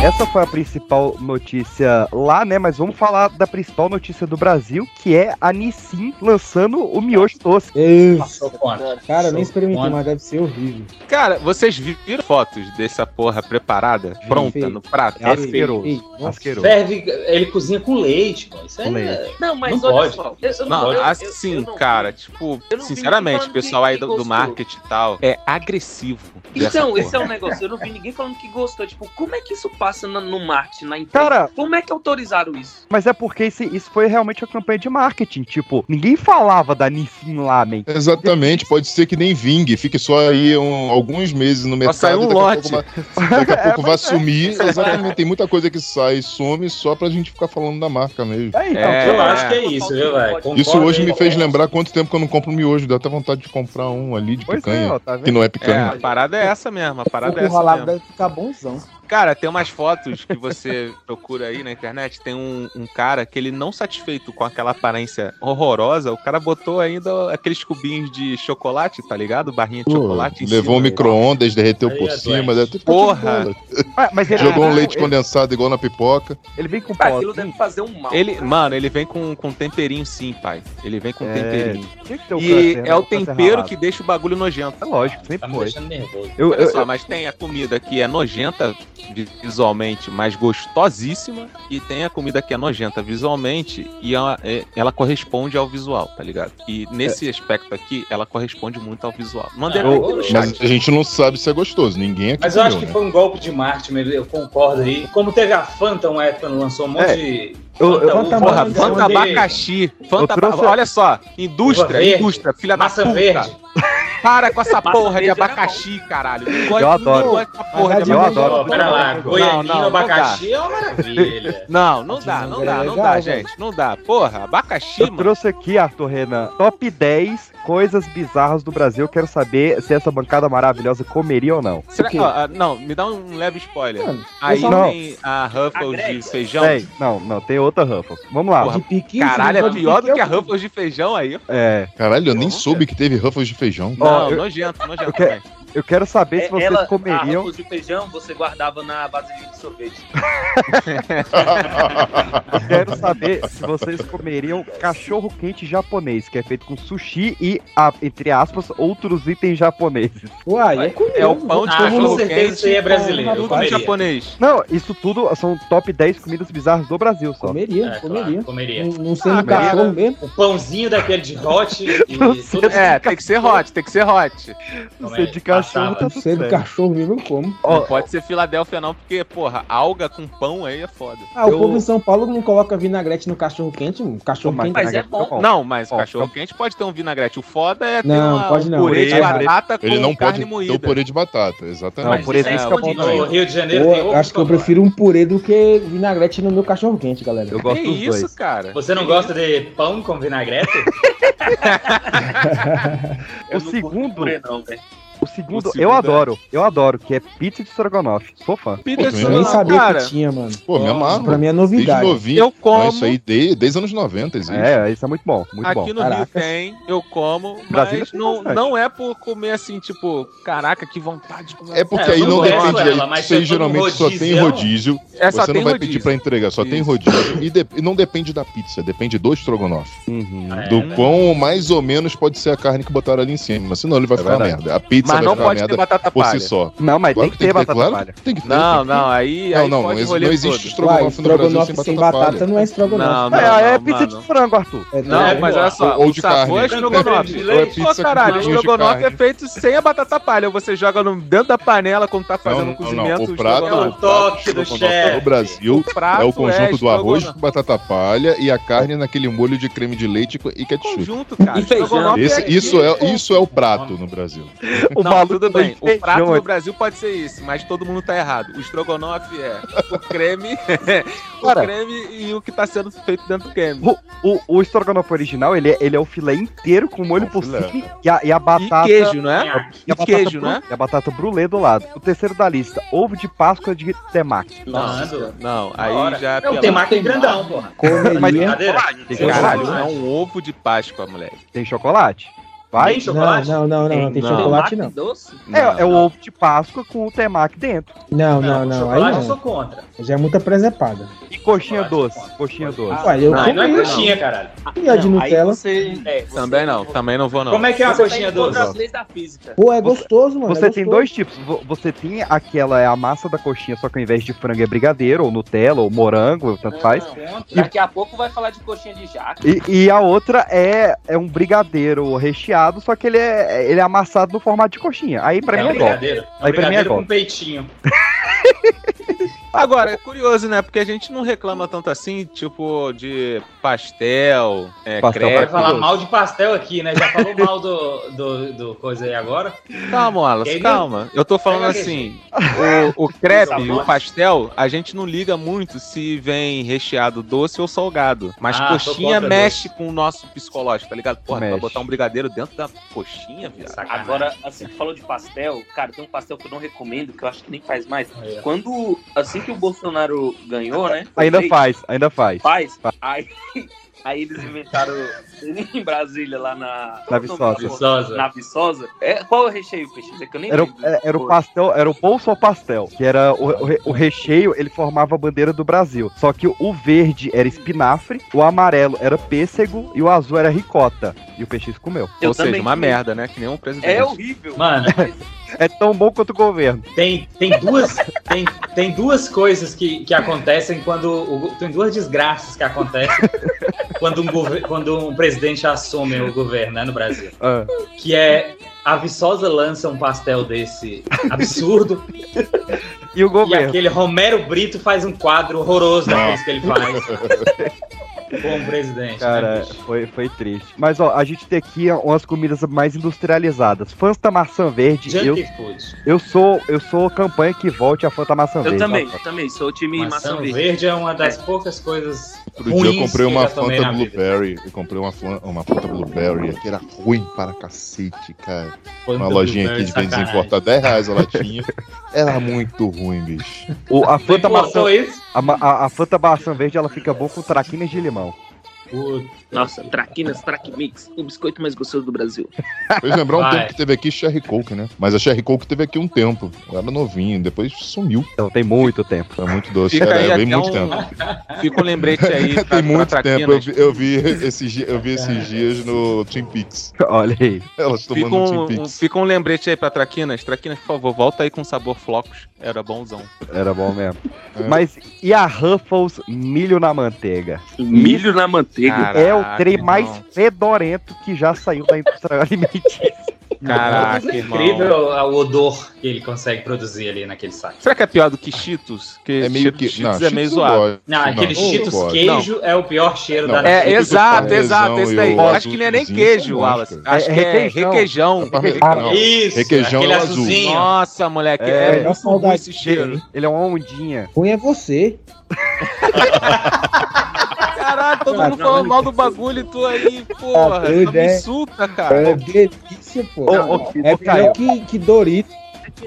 Essa foi a principal notícia lá, né? Mas vamos falar da principal notícia do Brasil, que é a Nissin lançando o miojo doce.
Passou conta.
Cara, eu nem experimentei,
Foda.
mas deve ser horrível.
Cara, vocês viram fotos dessa porra preparada, pronta, no prato?
É asqueroso.
nossa.
Asqueroso.
Serve, ele cozinha com leite, pô. Isso aí
Então. Com
é...
leite.
Não, mas
Não
olha
pode.
só. Eu, eu não,
Não,
eu- eu-
assim,
eu não-
cara, tipo,
eu não vi
sinceramente,
ninguém
o pessoal aí do,
falando
do
que gostou.
marketing e tal é agressivo. dessa
Então,
porra.
esse é um negócio. Eu não vi ninguém falando que gostou. Tipo, como é que isso passa na- no marketing, na internet?
Cara-
como é que autorizaram isso?
Mas é porque isso, isso foi realmente a campanha de marketing. Tipo, ninguém falava da Nissin lá, man.
Exatamente, pode ser que nem vingue, fique só aí um- alguns meses no mercado.
sair um
e daqui
lote.
A pouco, vai- daqui a
É,
pouco vai
mas é.
sumir. Exatamente, tem muita coisa que sai e some só pra gente ficar falando da marca mesmo.
É, então,
É.
Eu acho que é isso, viu, velho?
Isso
Concordo
hoje
aí.
me fez lembrar quanto tempo que eu não compro miojo, deu até vontade de comprar um ali de
Pois é,
picanha,
ó, tá
que
vendo?
não é
É,
picanha.
a parada é essa mesmo, a
O
parada é essa
enrolado
mesmo.
deve ficar bonzão.
Cara, tem umas fotos que você procura aí na internet, tem um, um cara que ele não satisfeito com aquela aparência horrorosa, o cara botou ainda aqueles cubinhos de chocolate, tá ligado? Barrinha de
Pô,
chocolate em
levou um
cima.
micro-ondas, derreteu
Aí é
por
doente.
cima, deve ter
Porra!
Mas, mas ele,
Jogou um
não,
leite
ele,
condensado igual na pipoca.
ele vem com
Ah,
Cara, aquilo
pozinho.
deve fazer um mal.
Ele, mano, ele vem com, com temperinho sim, pai. Ele vem com
É,
temperinho.
Tinha que ter um
E
câncer, né?
é o
Um câncer
tempero
ralado.
que deixa o bagulho nojento.
É lógico,
Tá
sempre
me
foi.
deixando nervoso.
Eu,
Olha
eu,
só, mas tem a comida que é nojenta vi- visualmente, mas gostosíssima, e tem a comida que é nojenta visualmente e ela, é- ela corresponde ao visual, tá ligado? E nesse aspecto aqui, ela corresponde muito ao visual. Mandei
Ah,
até
eu-
aqui no
Mas
chat.
a gente não sabe se é gostoso, ninguém aqui
Mas eu acho
comeu,
que
né?
foi um golpe de marketing, mesmo, eu concordo aí. Como teve a Fanta uma época, lançou um monte
É.
de.
eu, eu,
Fanta
Porra,
Manga,
Fanta
Manga,
abacaxi, Fanta
trouxe
aba-
a-
Olha só,
Uva
indústria,
verde,
indústria, filha da
Massa
puta.
verde. né,
Para com essa
Massa
porra de
verde era bom.
abacaxi, caralho.
Eu adoro.
porra de
Eu
abacaxi.
adoro.
Ó, pera lá,
Não,
goianinho,
não, não
abacaxi é uma maravilha.
Não, não dá, não dá, não dá, gente. Não dá. Porra, abacaxi,
eu
mano.
trouxe aqui, Arthur Renan, top 10 coisas bizarras do Brasil. Eu Quero saber se essa bancada maravilhosa comeria ou não.
Será,
quê?
ó, ah, não, me dá um leve spoiler.
Mano,
Aí
eu só-
tem a Ruffles de
Agrega.
feijão.
Tem, não, não, tem outra Ruffles. Vamos lá.
Porra,
de piquinho,
Caralho, é
você
pior do que a
não pode
Ruffles de feijão aí.
É.
Caralho, eu nem soube que teve Ruffles de feijão.
Ó,
Não,
eu-
nojento, nojento.
eu quero-
velho.
Eu quero
É
saber se vocês
Ela, a
Ah,
comeriam.
arroz de feijão você guardava na vasilhinha de sorvete.
Eu quero saber se vocês comeriam cachorro quente japonês, que é feito com sushi e, a- entre aspas, outros itens japoneses.
Uai, é
É o pão
Ah,
de cachorro quente.
é
com
com
japonês.
Não, isso tudo são top 10 comidas bizarras do Brasil só.
Comeria,
É,
comeria. É, comeria.
Não, não
Ah,
sendo cachorro
mesmo.
O pãozinho daquele de hot e tipo
É, tem que ser hot, tem que ser hot.
Não sei de
Ah,
cachorro, tá tudo
Sendo
certo.
cachorro mesmo, eu como.
Não pode ser Filadélfia, não, porque, porra, alga com pão aí é foda.
Ah, o povo em São Paulo não coloca vinagrete no cachorro quente, mano. Cachorro quente
Mas é bom. Não, mas cachorro quente pode ter um vinagrete. O foda é ter
Não,
uma,
pode
um
não.
purê de
Ele- é
batata
Ele
com
não
carne
pode
moída.
ter o purê de batata, exatamente.
Não, por isso que é bom também.
Rio de Janeiro
Eu
tem outro né?
acho que eu
sabor.
prefiro um purê do que vinagrete no meu cachorro quente, galera. Eu
Que
cara?
Você não gosta de pão com vinagrete?
o segundo.
não, velho.
O segundo,
O segundo
eu
né?
é-
adoro, eu adoro, que é pizza de estrogonofe. Sou fã.
Pizza
Eu nem sabia que tinha, mano.
Pô, me amarro.
Pra mim é novidade.
Ah, Desde novinho.
Eu como.
Não, isso aí desde, desde os anos 90, existe.
É, isso é muito bom, muito bom.
Aqui no Rio tem, eu como,
Brasília
mas
tem
não,
bastante.
não é por comer assim, tipo, caraca, que vontade de comer.
É porque aí não depende. aí você geralmente só tem rodízio.
É, só
você
tem
não vai
rodízio.
pedir pra entregar, só tem rodízio. E, de- e não depende da pizza, depende do estrogonofe.
Uhum.
Do
É.
quão mais ou menos pode ser a carne que botaram ali em cima. Senão ele vai ficar uma
É verdade.
merda. A pizza
Mas
vai
não
ficar uma
pode ter
merda
batata
por
palha. É,
si só.
Não, mas
Claro
tem que
tem
ter
que ter,
batata
claro
palha.
que tem que ter,
Não,
tem que ter.
não, aí-
Não,
aí
não, não,
pode
existe-
rolê
não existe
todo.
Uai,
estrogonofe no Brasil sem
estrogonofe
batata,
sem batata
palha.
não é estrogonofe. É,
Não,
É,
não,
é
não,
pizza
mano.
de frango, Arthur.
Não, mas olha só,
Ou- ou
o
de
sabor
carne.
é estrogonofe.
Ou é pizza
Pô,
com
caralho,
pãozinho de
estrogonofe é
carne.
feito sem a batata palha. Você joga no, dentro da panela quando tá fazendo
Não,
o
não, não.
cozimento.
O
né?
prato,
estrogonofe.
o toque
É do
estrogonofe no Brasil
O prato
é o conjunto
é
do arroz
estrogonofe.
com batata palha e a carne naquele molho de creme de leite co- e ketchup.
Conjunto, cara.
E feijão.
Estrogonofe
Esse-
é-
isso, é, isso é o prato no Brasil.
O
não,
maluco
tudo
dois
bem. O
feijão
prato no
aqui.
Brasil pode ser esse, mas todo mundo tá errado. O estrogonofe é o creme, o
Cara.
creme e o que tá sendo feito dentro do creme.
O, o, o estrogonofe original, ele é, ele é o filé inteiro com molho por
É um filé.
cima e a, e a batata...
queijo, não é?
E, a
E
batata
queijo,
bru-
não é?
E a batata brulê do lado. O terceiro da lista, ovo de páscoa de temaki.
Não, não, aí já.
Não, o temaki é grandão, porra.
Comeria.
Mas brincadeira.
Tem
Sem
Caralho,
chocolate.
é um ovo de Páscoa, moleque.
Tem chocolate? Vai?
Tem chocolate?
Não, não, não, não, não tem
Não.
chocolate não.
Doce?
É, é o ovo de páscoa com o temaki dentro.
Não, não, não. Aí
Chocolate eu sou
não.
contra.
Já é muita presepada.
E coxinha doce. Coxinha doce.
Uai, eu
Não, aí não é
comi.
coxinha, caralho.
E a de
Não, aí
Nutella?
você- é, você-
Também não, também não vou não.
Como é que é uma
você tá
coxinha
indo contra
doce?
as leis da física.
Pô, é gostoso, mano.
Você
é
tem
gostoso.
dois tipos. Vo- Você tem aquela, é a massa da coxinha, só que ao invés de frango é brigadeiro, ou Nutella, ou morango, tanto faz.
Daqui a pouco vai falar de coxinha de jaca.
E, e a outra é, é um brigadeiro recheado, só que ele é, ele é amassado no formato de coxinha. Aí pra
É
mim
um
é golpe.
brigadeiro. É um
Aí pra mim é
brigadeiro com
golpe.
peitinho.
Agora, é curioso, né? Porque a gente não reclama tanto assim, tipo, de pastel, é,
Pastel
crepe.
Vai falar mal de pastel aqui, né? Já falou mal do, do, do coisa aí agora.
Calma,
E
Wallace,
aí,
calma. Eu tô falando
Pega
assim, o, o crepe, o pastel, a gente não liga muito se vem recheado doce ou salgado. Mas
Ah, tô
coxinha
contra
mexe com o nosso psicológico, tá ligado? Porra, pra
Mexe.
botar um brigadeiro dentro da coxinha, viado.
Agora, assim, tu falou de pastel, cara, tem um pastel que eu não recomendo, que eu acho que nem faz mais.
Aí, ó.
Quando, assim que o Bolsonaro ganhou, né? foi
Ainda
feito,
faz, ainda faz.
Faz.
Faz.
Aí, aí eles inventaram em Brasília, lá na...
Na Viçosa.
Viçosa.
Na Viçosa. É, qual é o recheio, Peixe? É que eu nem
Era, o-
lembro.
é- era o
Pô.
pastel, era o bolso ao pastel, que era o, o re- o recheio, ele formava a bandeira do Brasil. Só que o verde era espinafre, o amarelo era pêssego e o azul era ricota. E o peixe comeu.
Eu
ou seja,
também
uma
comi.
merda, né? Que nem um presidente.
É horrível.
Mano,
É tão bom quanto o governo.
Tem, tem, duas, tem, tem duas coisas que, que acontecem quando. o go- tem duas desgraças que acontecem quando um, gover- quando um presidente assume o governo né, no Brasil.
Ah.
Que é a Viçosa lança um pastel desse absurdo
E o
e
governo.
aquele Romero Brito faz um quadro horroroso daqueles que ele faz. Bom presidente.
Cara,
né?
foi, foi triste. Mas ó, a gente tem aqui umas comidas mais industrializadas. Fanta maçã verde, eu,
Junk food.
eu sou eu sou campanha que volte a Fanta maçã
Eu
verde.
também, eu também. Sou o time
Maçã
maçã
verde.
verde.
é uma das poucas coisas.
Outro dia eu comprei
que
uma
já tomei
Fanta
na vida.
Blueberry. Eu comprei uma, flan- uma Fanta Blueberry que era ruim para cacete, cara.
Fanta
uma lojinha
Blueberry,
aqui de vendas
sacanagem.
importada, 10 reais a latinha. Era muito ruim, bicho.
O, a Fanta
Tem
maçã
porção isso?
a, ma- a- a Fanta maçã verde ela fica boa com traquinas de limão.
Nossa, traquinas, track mix, o biscoito mais gostoso do Brasil.
Fez lembrar um tempo que teve aqui Sherry Coke, né? Mas a Sherry Coke teve aqui um tempo. Ela era novinha, depois sumiu.
Então tem muito tempo.
É muito doce,
Fica
cara.
aí
É bem
até
muito
um-
tempo.
Fica um lembrete aí. pra- pra
Tem muito
traquinas.
tempo. Eu vi, eu vi esses, di- eu vi esses dias no Team Peaks.
Olha aí.
Elas
Fica
tomando um,
um,
Team Peaks.
um- fica um lembrete aí pra Traquinas. Traquinas, por favor, volta aí com sabor flocos. Era bonzão.
Era bom mesmo.
É.
Mas e a Ruffles milho na manteiga?
Milho na manteiga.
é o trem
Caraca,
mais
irmão.
fedorento que já saiu da indústria alimentícia.
é incrível o odor que ele consegue produzir ali naquele saco.
Será que é pior do que Cheetos? Que é
meio que-
Cheetos
não,
é meio
Cheetos
zoado.
Não, aquele Cheetos queijo é o pior cheiro
Não.
da
É,
natura.
exato, exato, esse daí. Acho que não é nem queijo, Wallace. Acho que é requeijão.
Tá é
Parmesão.
Isso,
Requeijão
aquele
é o azul.
azulzinho. Nossa, moleque, é, muito ruim esse cheiro.
Ele é uma ondinha. Ruim é você.
Caraca, todo mundo falando mal do bagulho e tu aí,
Tá
porra,
doido,
tu me
é?
insulta,
É
cara.
delícia, pô.
Ô, ô,
é pior
ô, Caio.
que, que Dorito.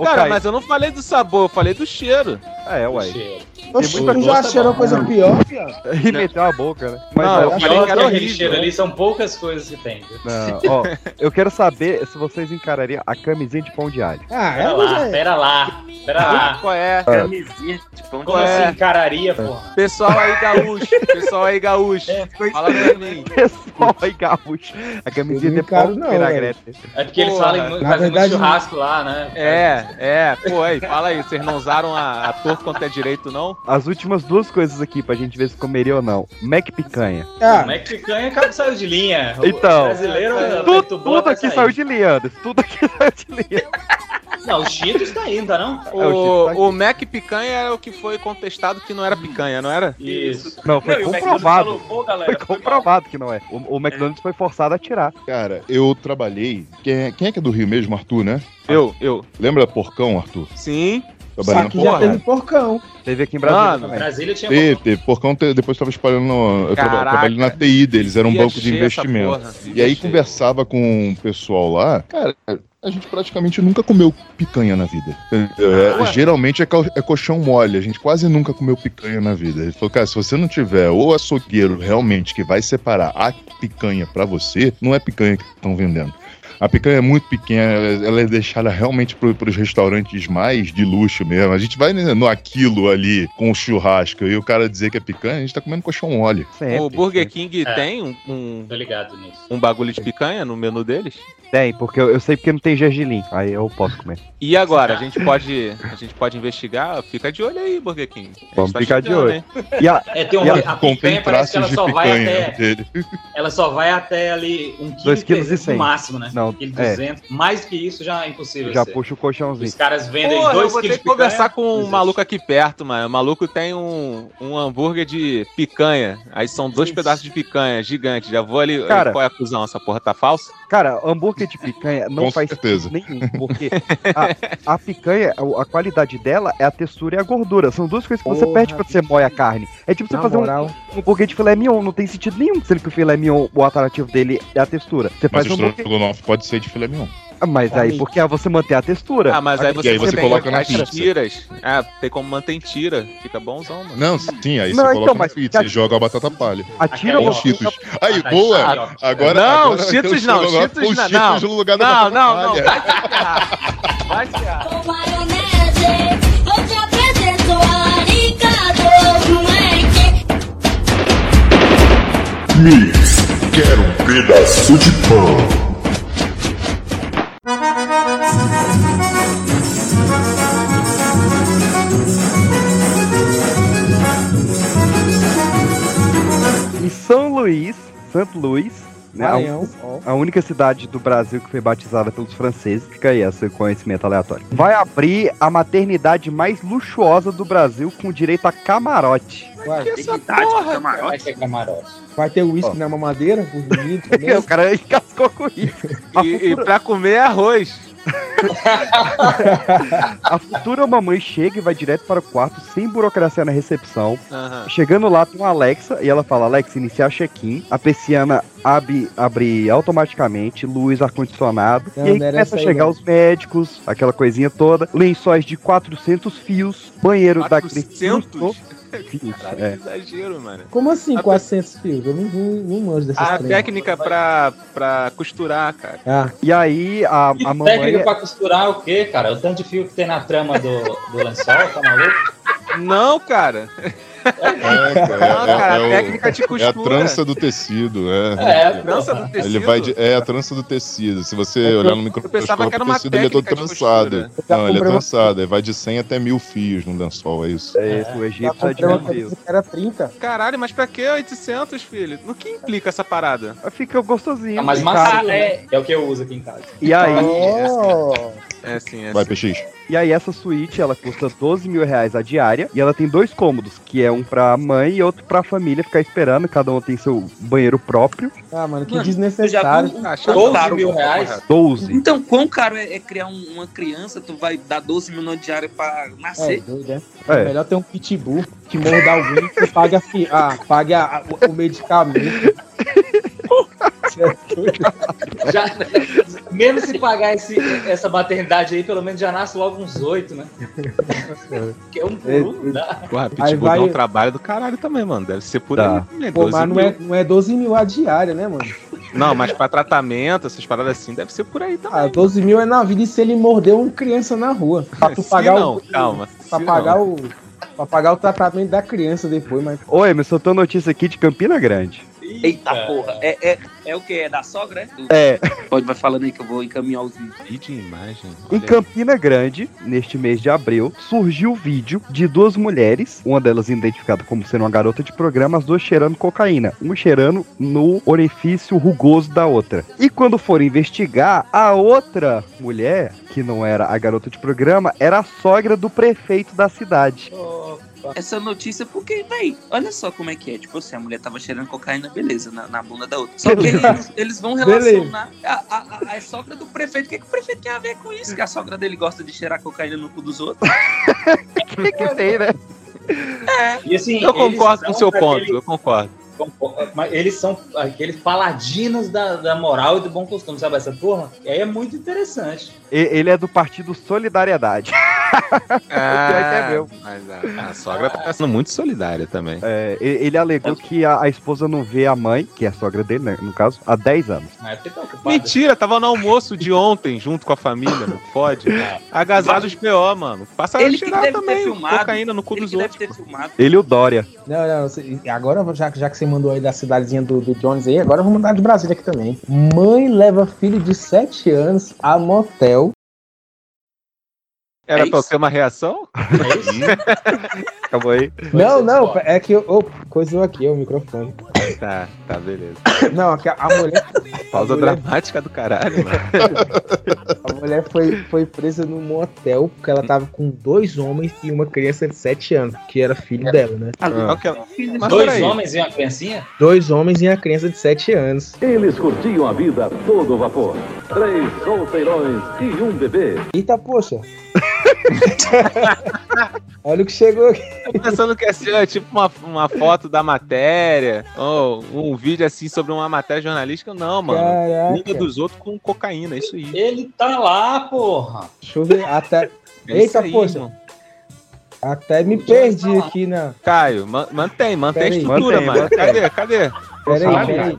Cara, mas eu não falei do sabor, eu falei do cheiro.
É, uai.
Oxe, tu já cheirou coisa pior, pior.
E meteu a boca, né?
Mas não,
eu
eu
falei que era
aquele
horrível,
cheiro
né?
ali são poucas coisas que tem. viu?
Não, ó, eu quero saber se vocês encarariam a camisinha de pão de alho.
Ah,
pera lá,
é.
é.
pera lá, pera lá.
Qual é?
Ah.
Camisinha de pão
Como assim
É.
encararia, porra?
Pessoal aí gaúcho, pessoal aí gaúcho, fala pra mim.
Pessoal aí gaúcho, a camisinha de pão
encaro
de
não,
vinagrete.
É porque eles
Porra.
falam, muito-
Na
fazem
verdade,
muito churrasco lá, né?
É, é, pô, aí, fala aí, vocês não usaram a, a torre quanto é direito, não?
As últimas duas coisas aqui pra gente ver se comeria ou não. Mac picanha.
Como é que picanha acaba saiu de linha? O
Então,
brasileiro
Tá
tá
tu-
tu,
tudo aqui saiu de linha, Anderson. Tudo aqui saiu de linha.
Não, o Cheetos tá indo, tá não?
O, o Mac Picanha era o que foi contestado que não era picanha, não era?
Isso.
Não, foi
Não, e o
comprovado.
McDonald's
foi comprovado que não é. O, o McDonald's foi forçado a tirar.
Cara, eu trabalhei. Quem é, quem é que é do Rio mesmo, Arthur, né?
Eu, eu.
Lembra Porcão, Arthur?
Sim.
Trabalhei
Aqui já teve
Porcão.
porcão.
Teve aqui em
Brasília
Brasil.
também.
Brasília tinha
Teve, teve. Porcão te- depois tava espalhando. no- eu traba-
Caraca.
trabalhei na TI deles, era um
Vivia
banco de
cheio essa
investimento.
porra,
E
vivia
aí
cheio.
conversava com o pessoal lá. Cara, a gente praticamente nunca comeu picanha na vida. É,
Ué.
geralmente é, co- é colchão mole, a gente quase nunca comeu picanha na vida. Ele falou, cara, se você não tiver o açougueiro realmente que vai separar a picanha pra você, não é picanha que estão vendendo. A picanha é muito pequena, ela ela é deixada realmente pro, pros restaurantes mais de luxo mesmo. A gente vai né, no aquilo ali com o churrasco e o cara dizer que é picanha, a gente tá comendo colchão mole.
O Burger King
É.
tem um, um,
Tô ligado nisso.
um bagulho de picanha no menu deles?
Tem, porque eu, eu sei porque não tem gergelim. Aí eu posso comer.
E agora, a gente pode, a gente pode investigar? Fica de olho aí, Burger King. A gente
Vamos
tá
ficar de
chegando,
olho.
hein?
E a-
É, tem
e
uma, a picanha parece que ela
traços
só
de
vai
picanha
até. Ela só vai até ali um quilo
Dois
e
quilos e
trezentos
cem.
no máximo, né?
Não,
Um quilo e
é.
200. Mais que isso já é impossível.
Já
ser.
puxa o colchãozinho.
Os caras vendem
Porra, eu
dois quilos
vou ter
de
que
picanha.
conversar com um maluco aqui perto, mano. O maluco tem um, um hambúrguer de picanha. Aí são dois pedaços de picanha gigantes. Já vou ali.
Cara-
qual é a acusão? Essa porra tá falsa?
Cara, hambúrguer de picanha não
Com
faz
certeza.
sentido nenhum, porque a, a picanha, a, a qualidade dela é a textura e a gordura. São duas coisas que você
Porra,
perde quando você moe a carne. É tipo você
Na
fazer um,
moral.
um hambúrguer de filé mignon, não tem sentido nenhum, sendo que o filé mignon, o atrativo dele é a textura. Você
Mas
faz
o
um hambúrguer...
estrogonofe pode ser de filé mignon.
Ah, Mas aí, porque aí você manter a textura.
Ah, mas aí você,
aí você
tem
coloca na
as
pizza.
tiras. Ah, tem como manter tira. Fica bonzão, mano.
Não, sim, aí
Não,
você
então,
coloca na
mas-
pizza e joga a batata palha.
Atira
Aí
o-
os Cheetos. Aí,
Ah,
boa!
tá.
Agora,
não,
agora vai ter o
Cheetos não,
estrogonofe com
Cheetos não.
Cheetos
Não,
no lugar da
não,
batata
não, não,
palha.
vai se ferrar. Vai se ferrar.
Com maionese, eu te apresento arigato, moleque.
Mix, quero um pedaço de pão.
Em São Luís, Santo Luís, né, a,
Maranhão.
a única cidade do Brasil que foi batizada pelos franceses, fica aí esse conhecimento aleatório. Vai abrir a maternidade mais luxuosa do Brasil com direito a camarote.
Vai,
porra,
Vai ser camarote.
vai ter uísque na mamadeira? por vídeo também.
o cara cascou com isso.
Tá
A
E, e
futura-
pra comer é arroz.
A futura mamãe chega e vai direto para o quarto, sem burocracia na recepção.
Aham.
Chegando lá, tem uma Alexa e ela fala: Alexa, iniciar check-in. A persiana abre, abre automaticamente, luz, ar-condicionado.
Não,
E aí
não Então era
começa a
essa aí,
chegar
não.
os médicos, aquela coisinha toda. Lençóis de 400 fios, banheiro daquele...
400?
Fios,
Caralho,
é.
que exagero, mano.
Como assim 400 fios? Eu não, não, não manjo dessas
A
trem.
técnica pra, pra costurar, cara.
E aí a, a mamãe...
é-
Técnica pra costurar o quê, cara? O tanto de fio que tem na trama do, do lençol, tá maluco?
Não, cara.
É, Não,
cara, a técnica de
É a
costura.
trança do tecido, é.
É, a trança
Tá
do
Ele
tecido. É
vai de- é a trança do tecido. Se você olhar no microscópio,
pensava que era
o
uma
tecido ele é todo
técnica de
trançado.
costura.
Não, ele é
Comprei uma-
trançado. Ele vai de 100 até 1000 fios no lençol, é isso.
É, o egípcio é de
Comprei Tá uma
mil
camisa
fios.
que Era 30.
Caralho, mas pra que 800, filho? No que implica essa parada?
Fica gostosinho.
Tá
um
mais macio, né? É o que eu uso aqui em casa.
E Tá aí...
É sim, é
Vai,
sim.
PX.
E aí essa suíte, ela custa 12 mil reais a diária. E ela tem dois cômodos, que é um pra mãe e outro pra família ficar esperando. Cada um tem seu banheiro próprio.
Ah, mano, que
Mano,
desnecessário.
Ah,
eu já vi um- 12 mil reais?
12.
Então, quão caro é, é criar um- uma criança? Tu vai dar 12 mil na diária pra
É,
nascer?
doido, né?
É.
Melhor ter um pitbull que morda alguém que pague, a fi... ah, pague a- a- o- o medicamento.
Já, mesmo se pagar esse, essa maternidade aí, pelo menos já nasce logo uns oito, né? Porque é um por um, não dá.
Porra,
Aí
Pitbull
vai-
dá um trabalho do caralho também, mano. Deve ser por
Tá.
aí, né?
Pô,
12
mas não
mil.
é, não é 12 mil a diária, né, mano?
Não, mas pra tratamento, essas paradas assim, deve ser por aí também.
Ah, 12 mil é na vida e se ele mordeu uma criança na rua. Pra tu
Se
pagar
não,
o.
calma.
Pra
se
pagar
não.
o. Pra pagar o tratamento da criança depois, mas.
Ô, Emerson, eu tô notícia aqui de Campina Grande.
Eita porra. É, é, é o que? É da sogra? é? Do-
É,
Pode, vai falando aí que eu vou encaminhar os vídeos.
E de imagem.
em Campina Grande, neste mês de abril, surgiu o vídeo de duas mulheres, uma delas identificada como sendo uma garota de programa, as duas cheirando cocaína, um cheirando no orifício rugoso da outra. E quando foram investigar, a outra mulher, que não era a garota de programa, era a sogra do prefeito da cidade.
Essa notícia, porque, véi, olha só como é que é. Tipo assim, a mulher tava cheirando cocaína, beleza, na, na bunda da outra. Só que
Beleza.
eles, eles vão relacionar a, a, a, a sogra do prefeito. O que, que o prefeito tem a ver com isso? Que a sogra dele gosta de cheirar cocaína no cu dos outros.
que que tem, né?
E assim,
Eu concordo
eles
com
são
o seu
daquele-
ponto, eu concordo.
é, Mas eles são aqueles paladinos da, da moral e do bom costume, sabe? Essa turma aí é muito interessante.
E- Ele é do partido Solidariedade.
Ah,
meu.
mas a, a sogra tá sendo muito solidária também.
É, e- ele alegou que a, a esposa não vê a mãe, que é a sogra dele, né, no caso, há 10 anos.
Mas porque tá ocupado.
Mentira, tava no almoço de ontem, junto com a família, não pode. Agasalhos PO, mano. Passaram
É. Ele
a
que
cheirar
deve ter
também,
filmado.
cocaína no cu
Ele
dos
que deve
outros.
ter filmado.
Ele e o Dória.
Não, não, você- agora já, já que você mandou aí da cidadezinha do, do Jones aí, agora eu vou mandar de Brasília aqui também. Mãe leva filho de 7 anos a motel.
Era
É
pra
isso?
ter uma reação?
Acabou aí.
não, não, é que eu. ô, coisou aqui é o microfone.
Tá, tá, beleza.
Não, é que a, a mulher.
Pausa
a
é
mulher-
dramática do caralho, mano.
A mulher foi, foi presa num motel porque ela tava com dois homens e uma criança de 7 anos, que era filho dela, né?
Só que ela- Mas
Dois
peraí.
homens e uma criancinha?
Dois homens e a criança de 7 anos.
Eles curtiam a vida a todo vapor. Três solteirões e um bebê.
Eita, poxa! Olha o que chegou aqui.
Tô pensando que assim, é tipo uma, uma foto da matéria, ou um vídeo assim sobre uma matéria jornalística. Não, mano.
Caraca.
Liga dos outros com cocaína, é isso aí.
Ele tá lá, porra.
Deixa eu ver. Até,
É isso
Eita,
aí,
poxa.
irmão.
até me perdi aqui na.
Caio, man- mantém, mantém a
Peraí.
estrutura,
Mantém,
mano.
mantém.
Cadê, cadê?
Peraí,
Sabe?
peraí.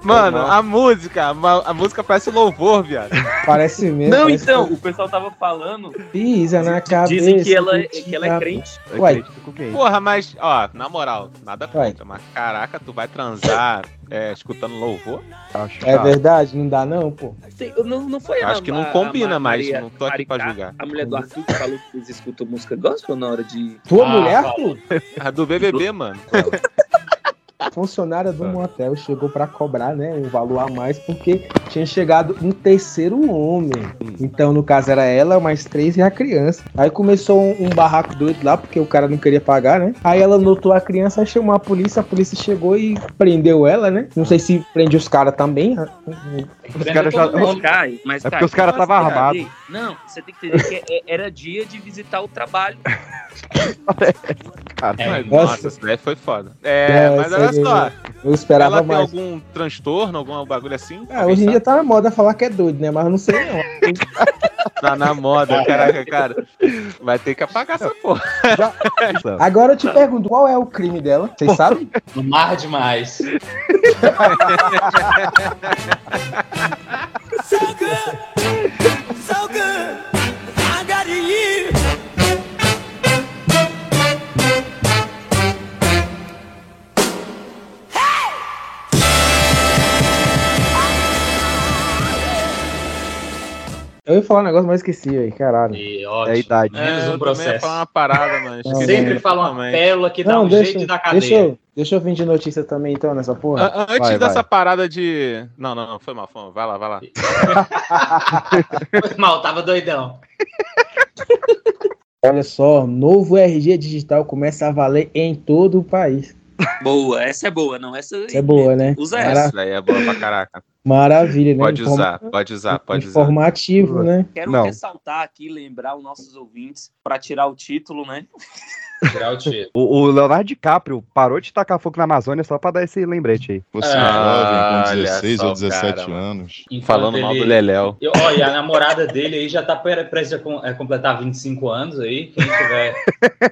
Mano, a música, a, a música parece louvor, viado.
Parece mesmo.
Não,
parece
então, o pessoal tava falando.
que Pisa na cabeça. tá-
Dizem que ela,
do
que ela é
diabo.
crente.
Uai.
Porra, mas, ó, na moral, nada
Vai.
contra, mas caraca, tu vai transar é, escutando louvor?
Tá, Acho
É verdade, não dá não, pô.
Tem- Não, não foi a-
Acho que não
a-
combina,
a
mas
Maria-
não tô aqui pra
Maricá,
julgar.
A mulher do Arthur que falou que eles escutam música gospel na hora de.
Tua
Ah,
mulher,
fala.
pô,
A do BBB, mano.
funcionária do
Tá.
motel, chegou pra cobrar, né, um valor a mais, porque tinha chegado um terceiro homem.
Hum.
Então, no caso, era ela, mais três e a criança. Aí começou um, um barraco doido lá, porque o cara não queria pagar, né? Aí ela notou a criança, aí chamou a polícia, a polícia chegou e prendeu ela, né? Não sei se prende os caras também. né?
Os caras já.
Mas, Caio, mas, tá,
É porque
Caio,
os caras
tu
tava
vai se
armado.
perder. Não, você tem que entender que é- era dia de visitar o trabalho.
Ah, mas,
Nossa.
nossa, isso daí foi foda. É,
É,
mas
isso
olha
aí
só.
eu esperava
ela tem
mais.
algum transtorno, algum bagulho assim?
Ah, hoje em dia tá na moda falar que é doido, né? Mas eu não sei não.
Tá na moda, caraca, cara. Vai ter que apagar essa porra.
né, É
Agora eu
Tá.
te pergunto, qual é o crime dela? Vocês sabem?
É Mar demais.
So good, so good. I gotta you.
Eu ia falar um negócio, mas eu esqueci, velho. Caralho.
E
É a idade.
Menos um processo.
falar uma parada, mas
Não,
Sempre
É.
não.
fala uma pérola que dá um jeito da cadeia. Ah,
Deixa eu, deixa eu vir de notícia também, então, nessa porra.
An- Antes dessa parada de. Não, não, não, foi mal, foi mal. Vai lá, vai lá.
Foi Mal, tava doidão.
Olha só, novo RG digital começa a valer em todo o país.
Boa, essa é boa, não. Essa
Isso é boa, né?
Usa
Mara-
Essa daí é boa pra caraca.
Maravilha, né?
Pode
Informa-
usar, pode usar, pode usar.
Informativo, né?
Quero ressaltar aqui, lembrar os nossos ouvintes pra tirar o título, né?
O, o Leonardo DiCaprio parou de tacar fogo na Amazônia só pra dar esse lembrete aí.
Você
Ah,
é jovem, com
olha
16
só
ou
o
17
cara, mano.
anos.
Enquanto ele- Eu- Ó, e a namorada dele aí já tá pre- prestes a com- é, completar 25 anos aí. Quem tiver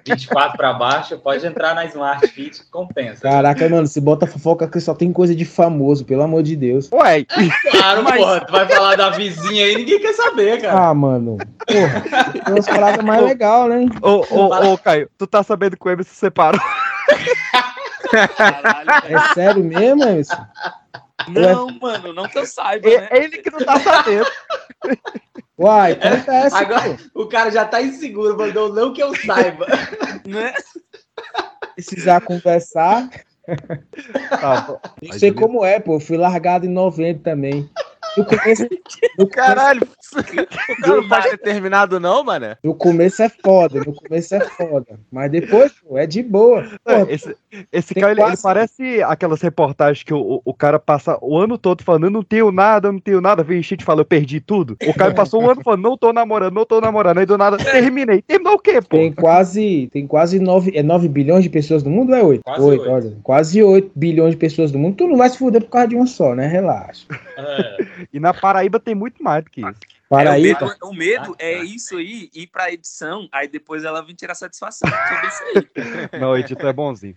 24 pra baixo, pode entrar na Smart Fit, compensa.
Caraca, mano, se bota fofoca que só tem coisa de famoso, pelo amor de Deus.
Ué.
Claro, porra, tu vai falar da vizinha aí, ninguém quer saber, cara.
Ah, mano. Porra, tem umas paradas mais legais, né?
Ô, ô, ô, Caio, tu tá sabendo que o Emerson se separou?
É sério mesmo, Emerson?
Não, mano, não que eu saiba, né?
Ele que não tá sabendo.
Uai, conta essa,
Agora, o cara já tá inseguro, mandou não que eu saiba.
pô. Precisar conversar.
Tá, pô.
Não sei como é, pô. Fui largado em 90 também. No começo, no
Caralho, o cara não pode ter terminado, não, mano.
No começo é foda, no começo é foda. Mas depois, pô, é de boa. Pô,
Esse, esse
Tem
cara, ele, ele
quase-
parece aquelas reportagens que o, o, o cara passa o ano todo falando, "Eu não tenho nada, eu não tenho nada. Vem gente e fala, eu perdi tudo. O
É.
cara passou um ano falando, não tô namorando, não tô namorando. Aí do nada, terminei. Terminou o quê, pô?
Tem quase, tem quase 9, é 9 bilhões de pessoas no mundo ou é 8?
Quase oito.
olha. Quase 8 bilhões de pessoas no mundo. Tu não vai se fuder por causa de uma só, né? Relaxa.
É.
E na Paraíba tem muito mais do que isso.
Paraíba.
É, o medo, o medo é isso aí, ir pra edição, aí depois ela vem tirar satisfação sobre isso aí.
Não, o Edito é bonzinho.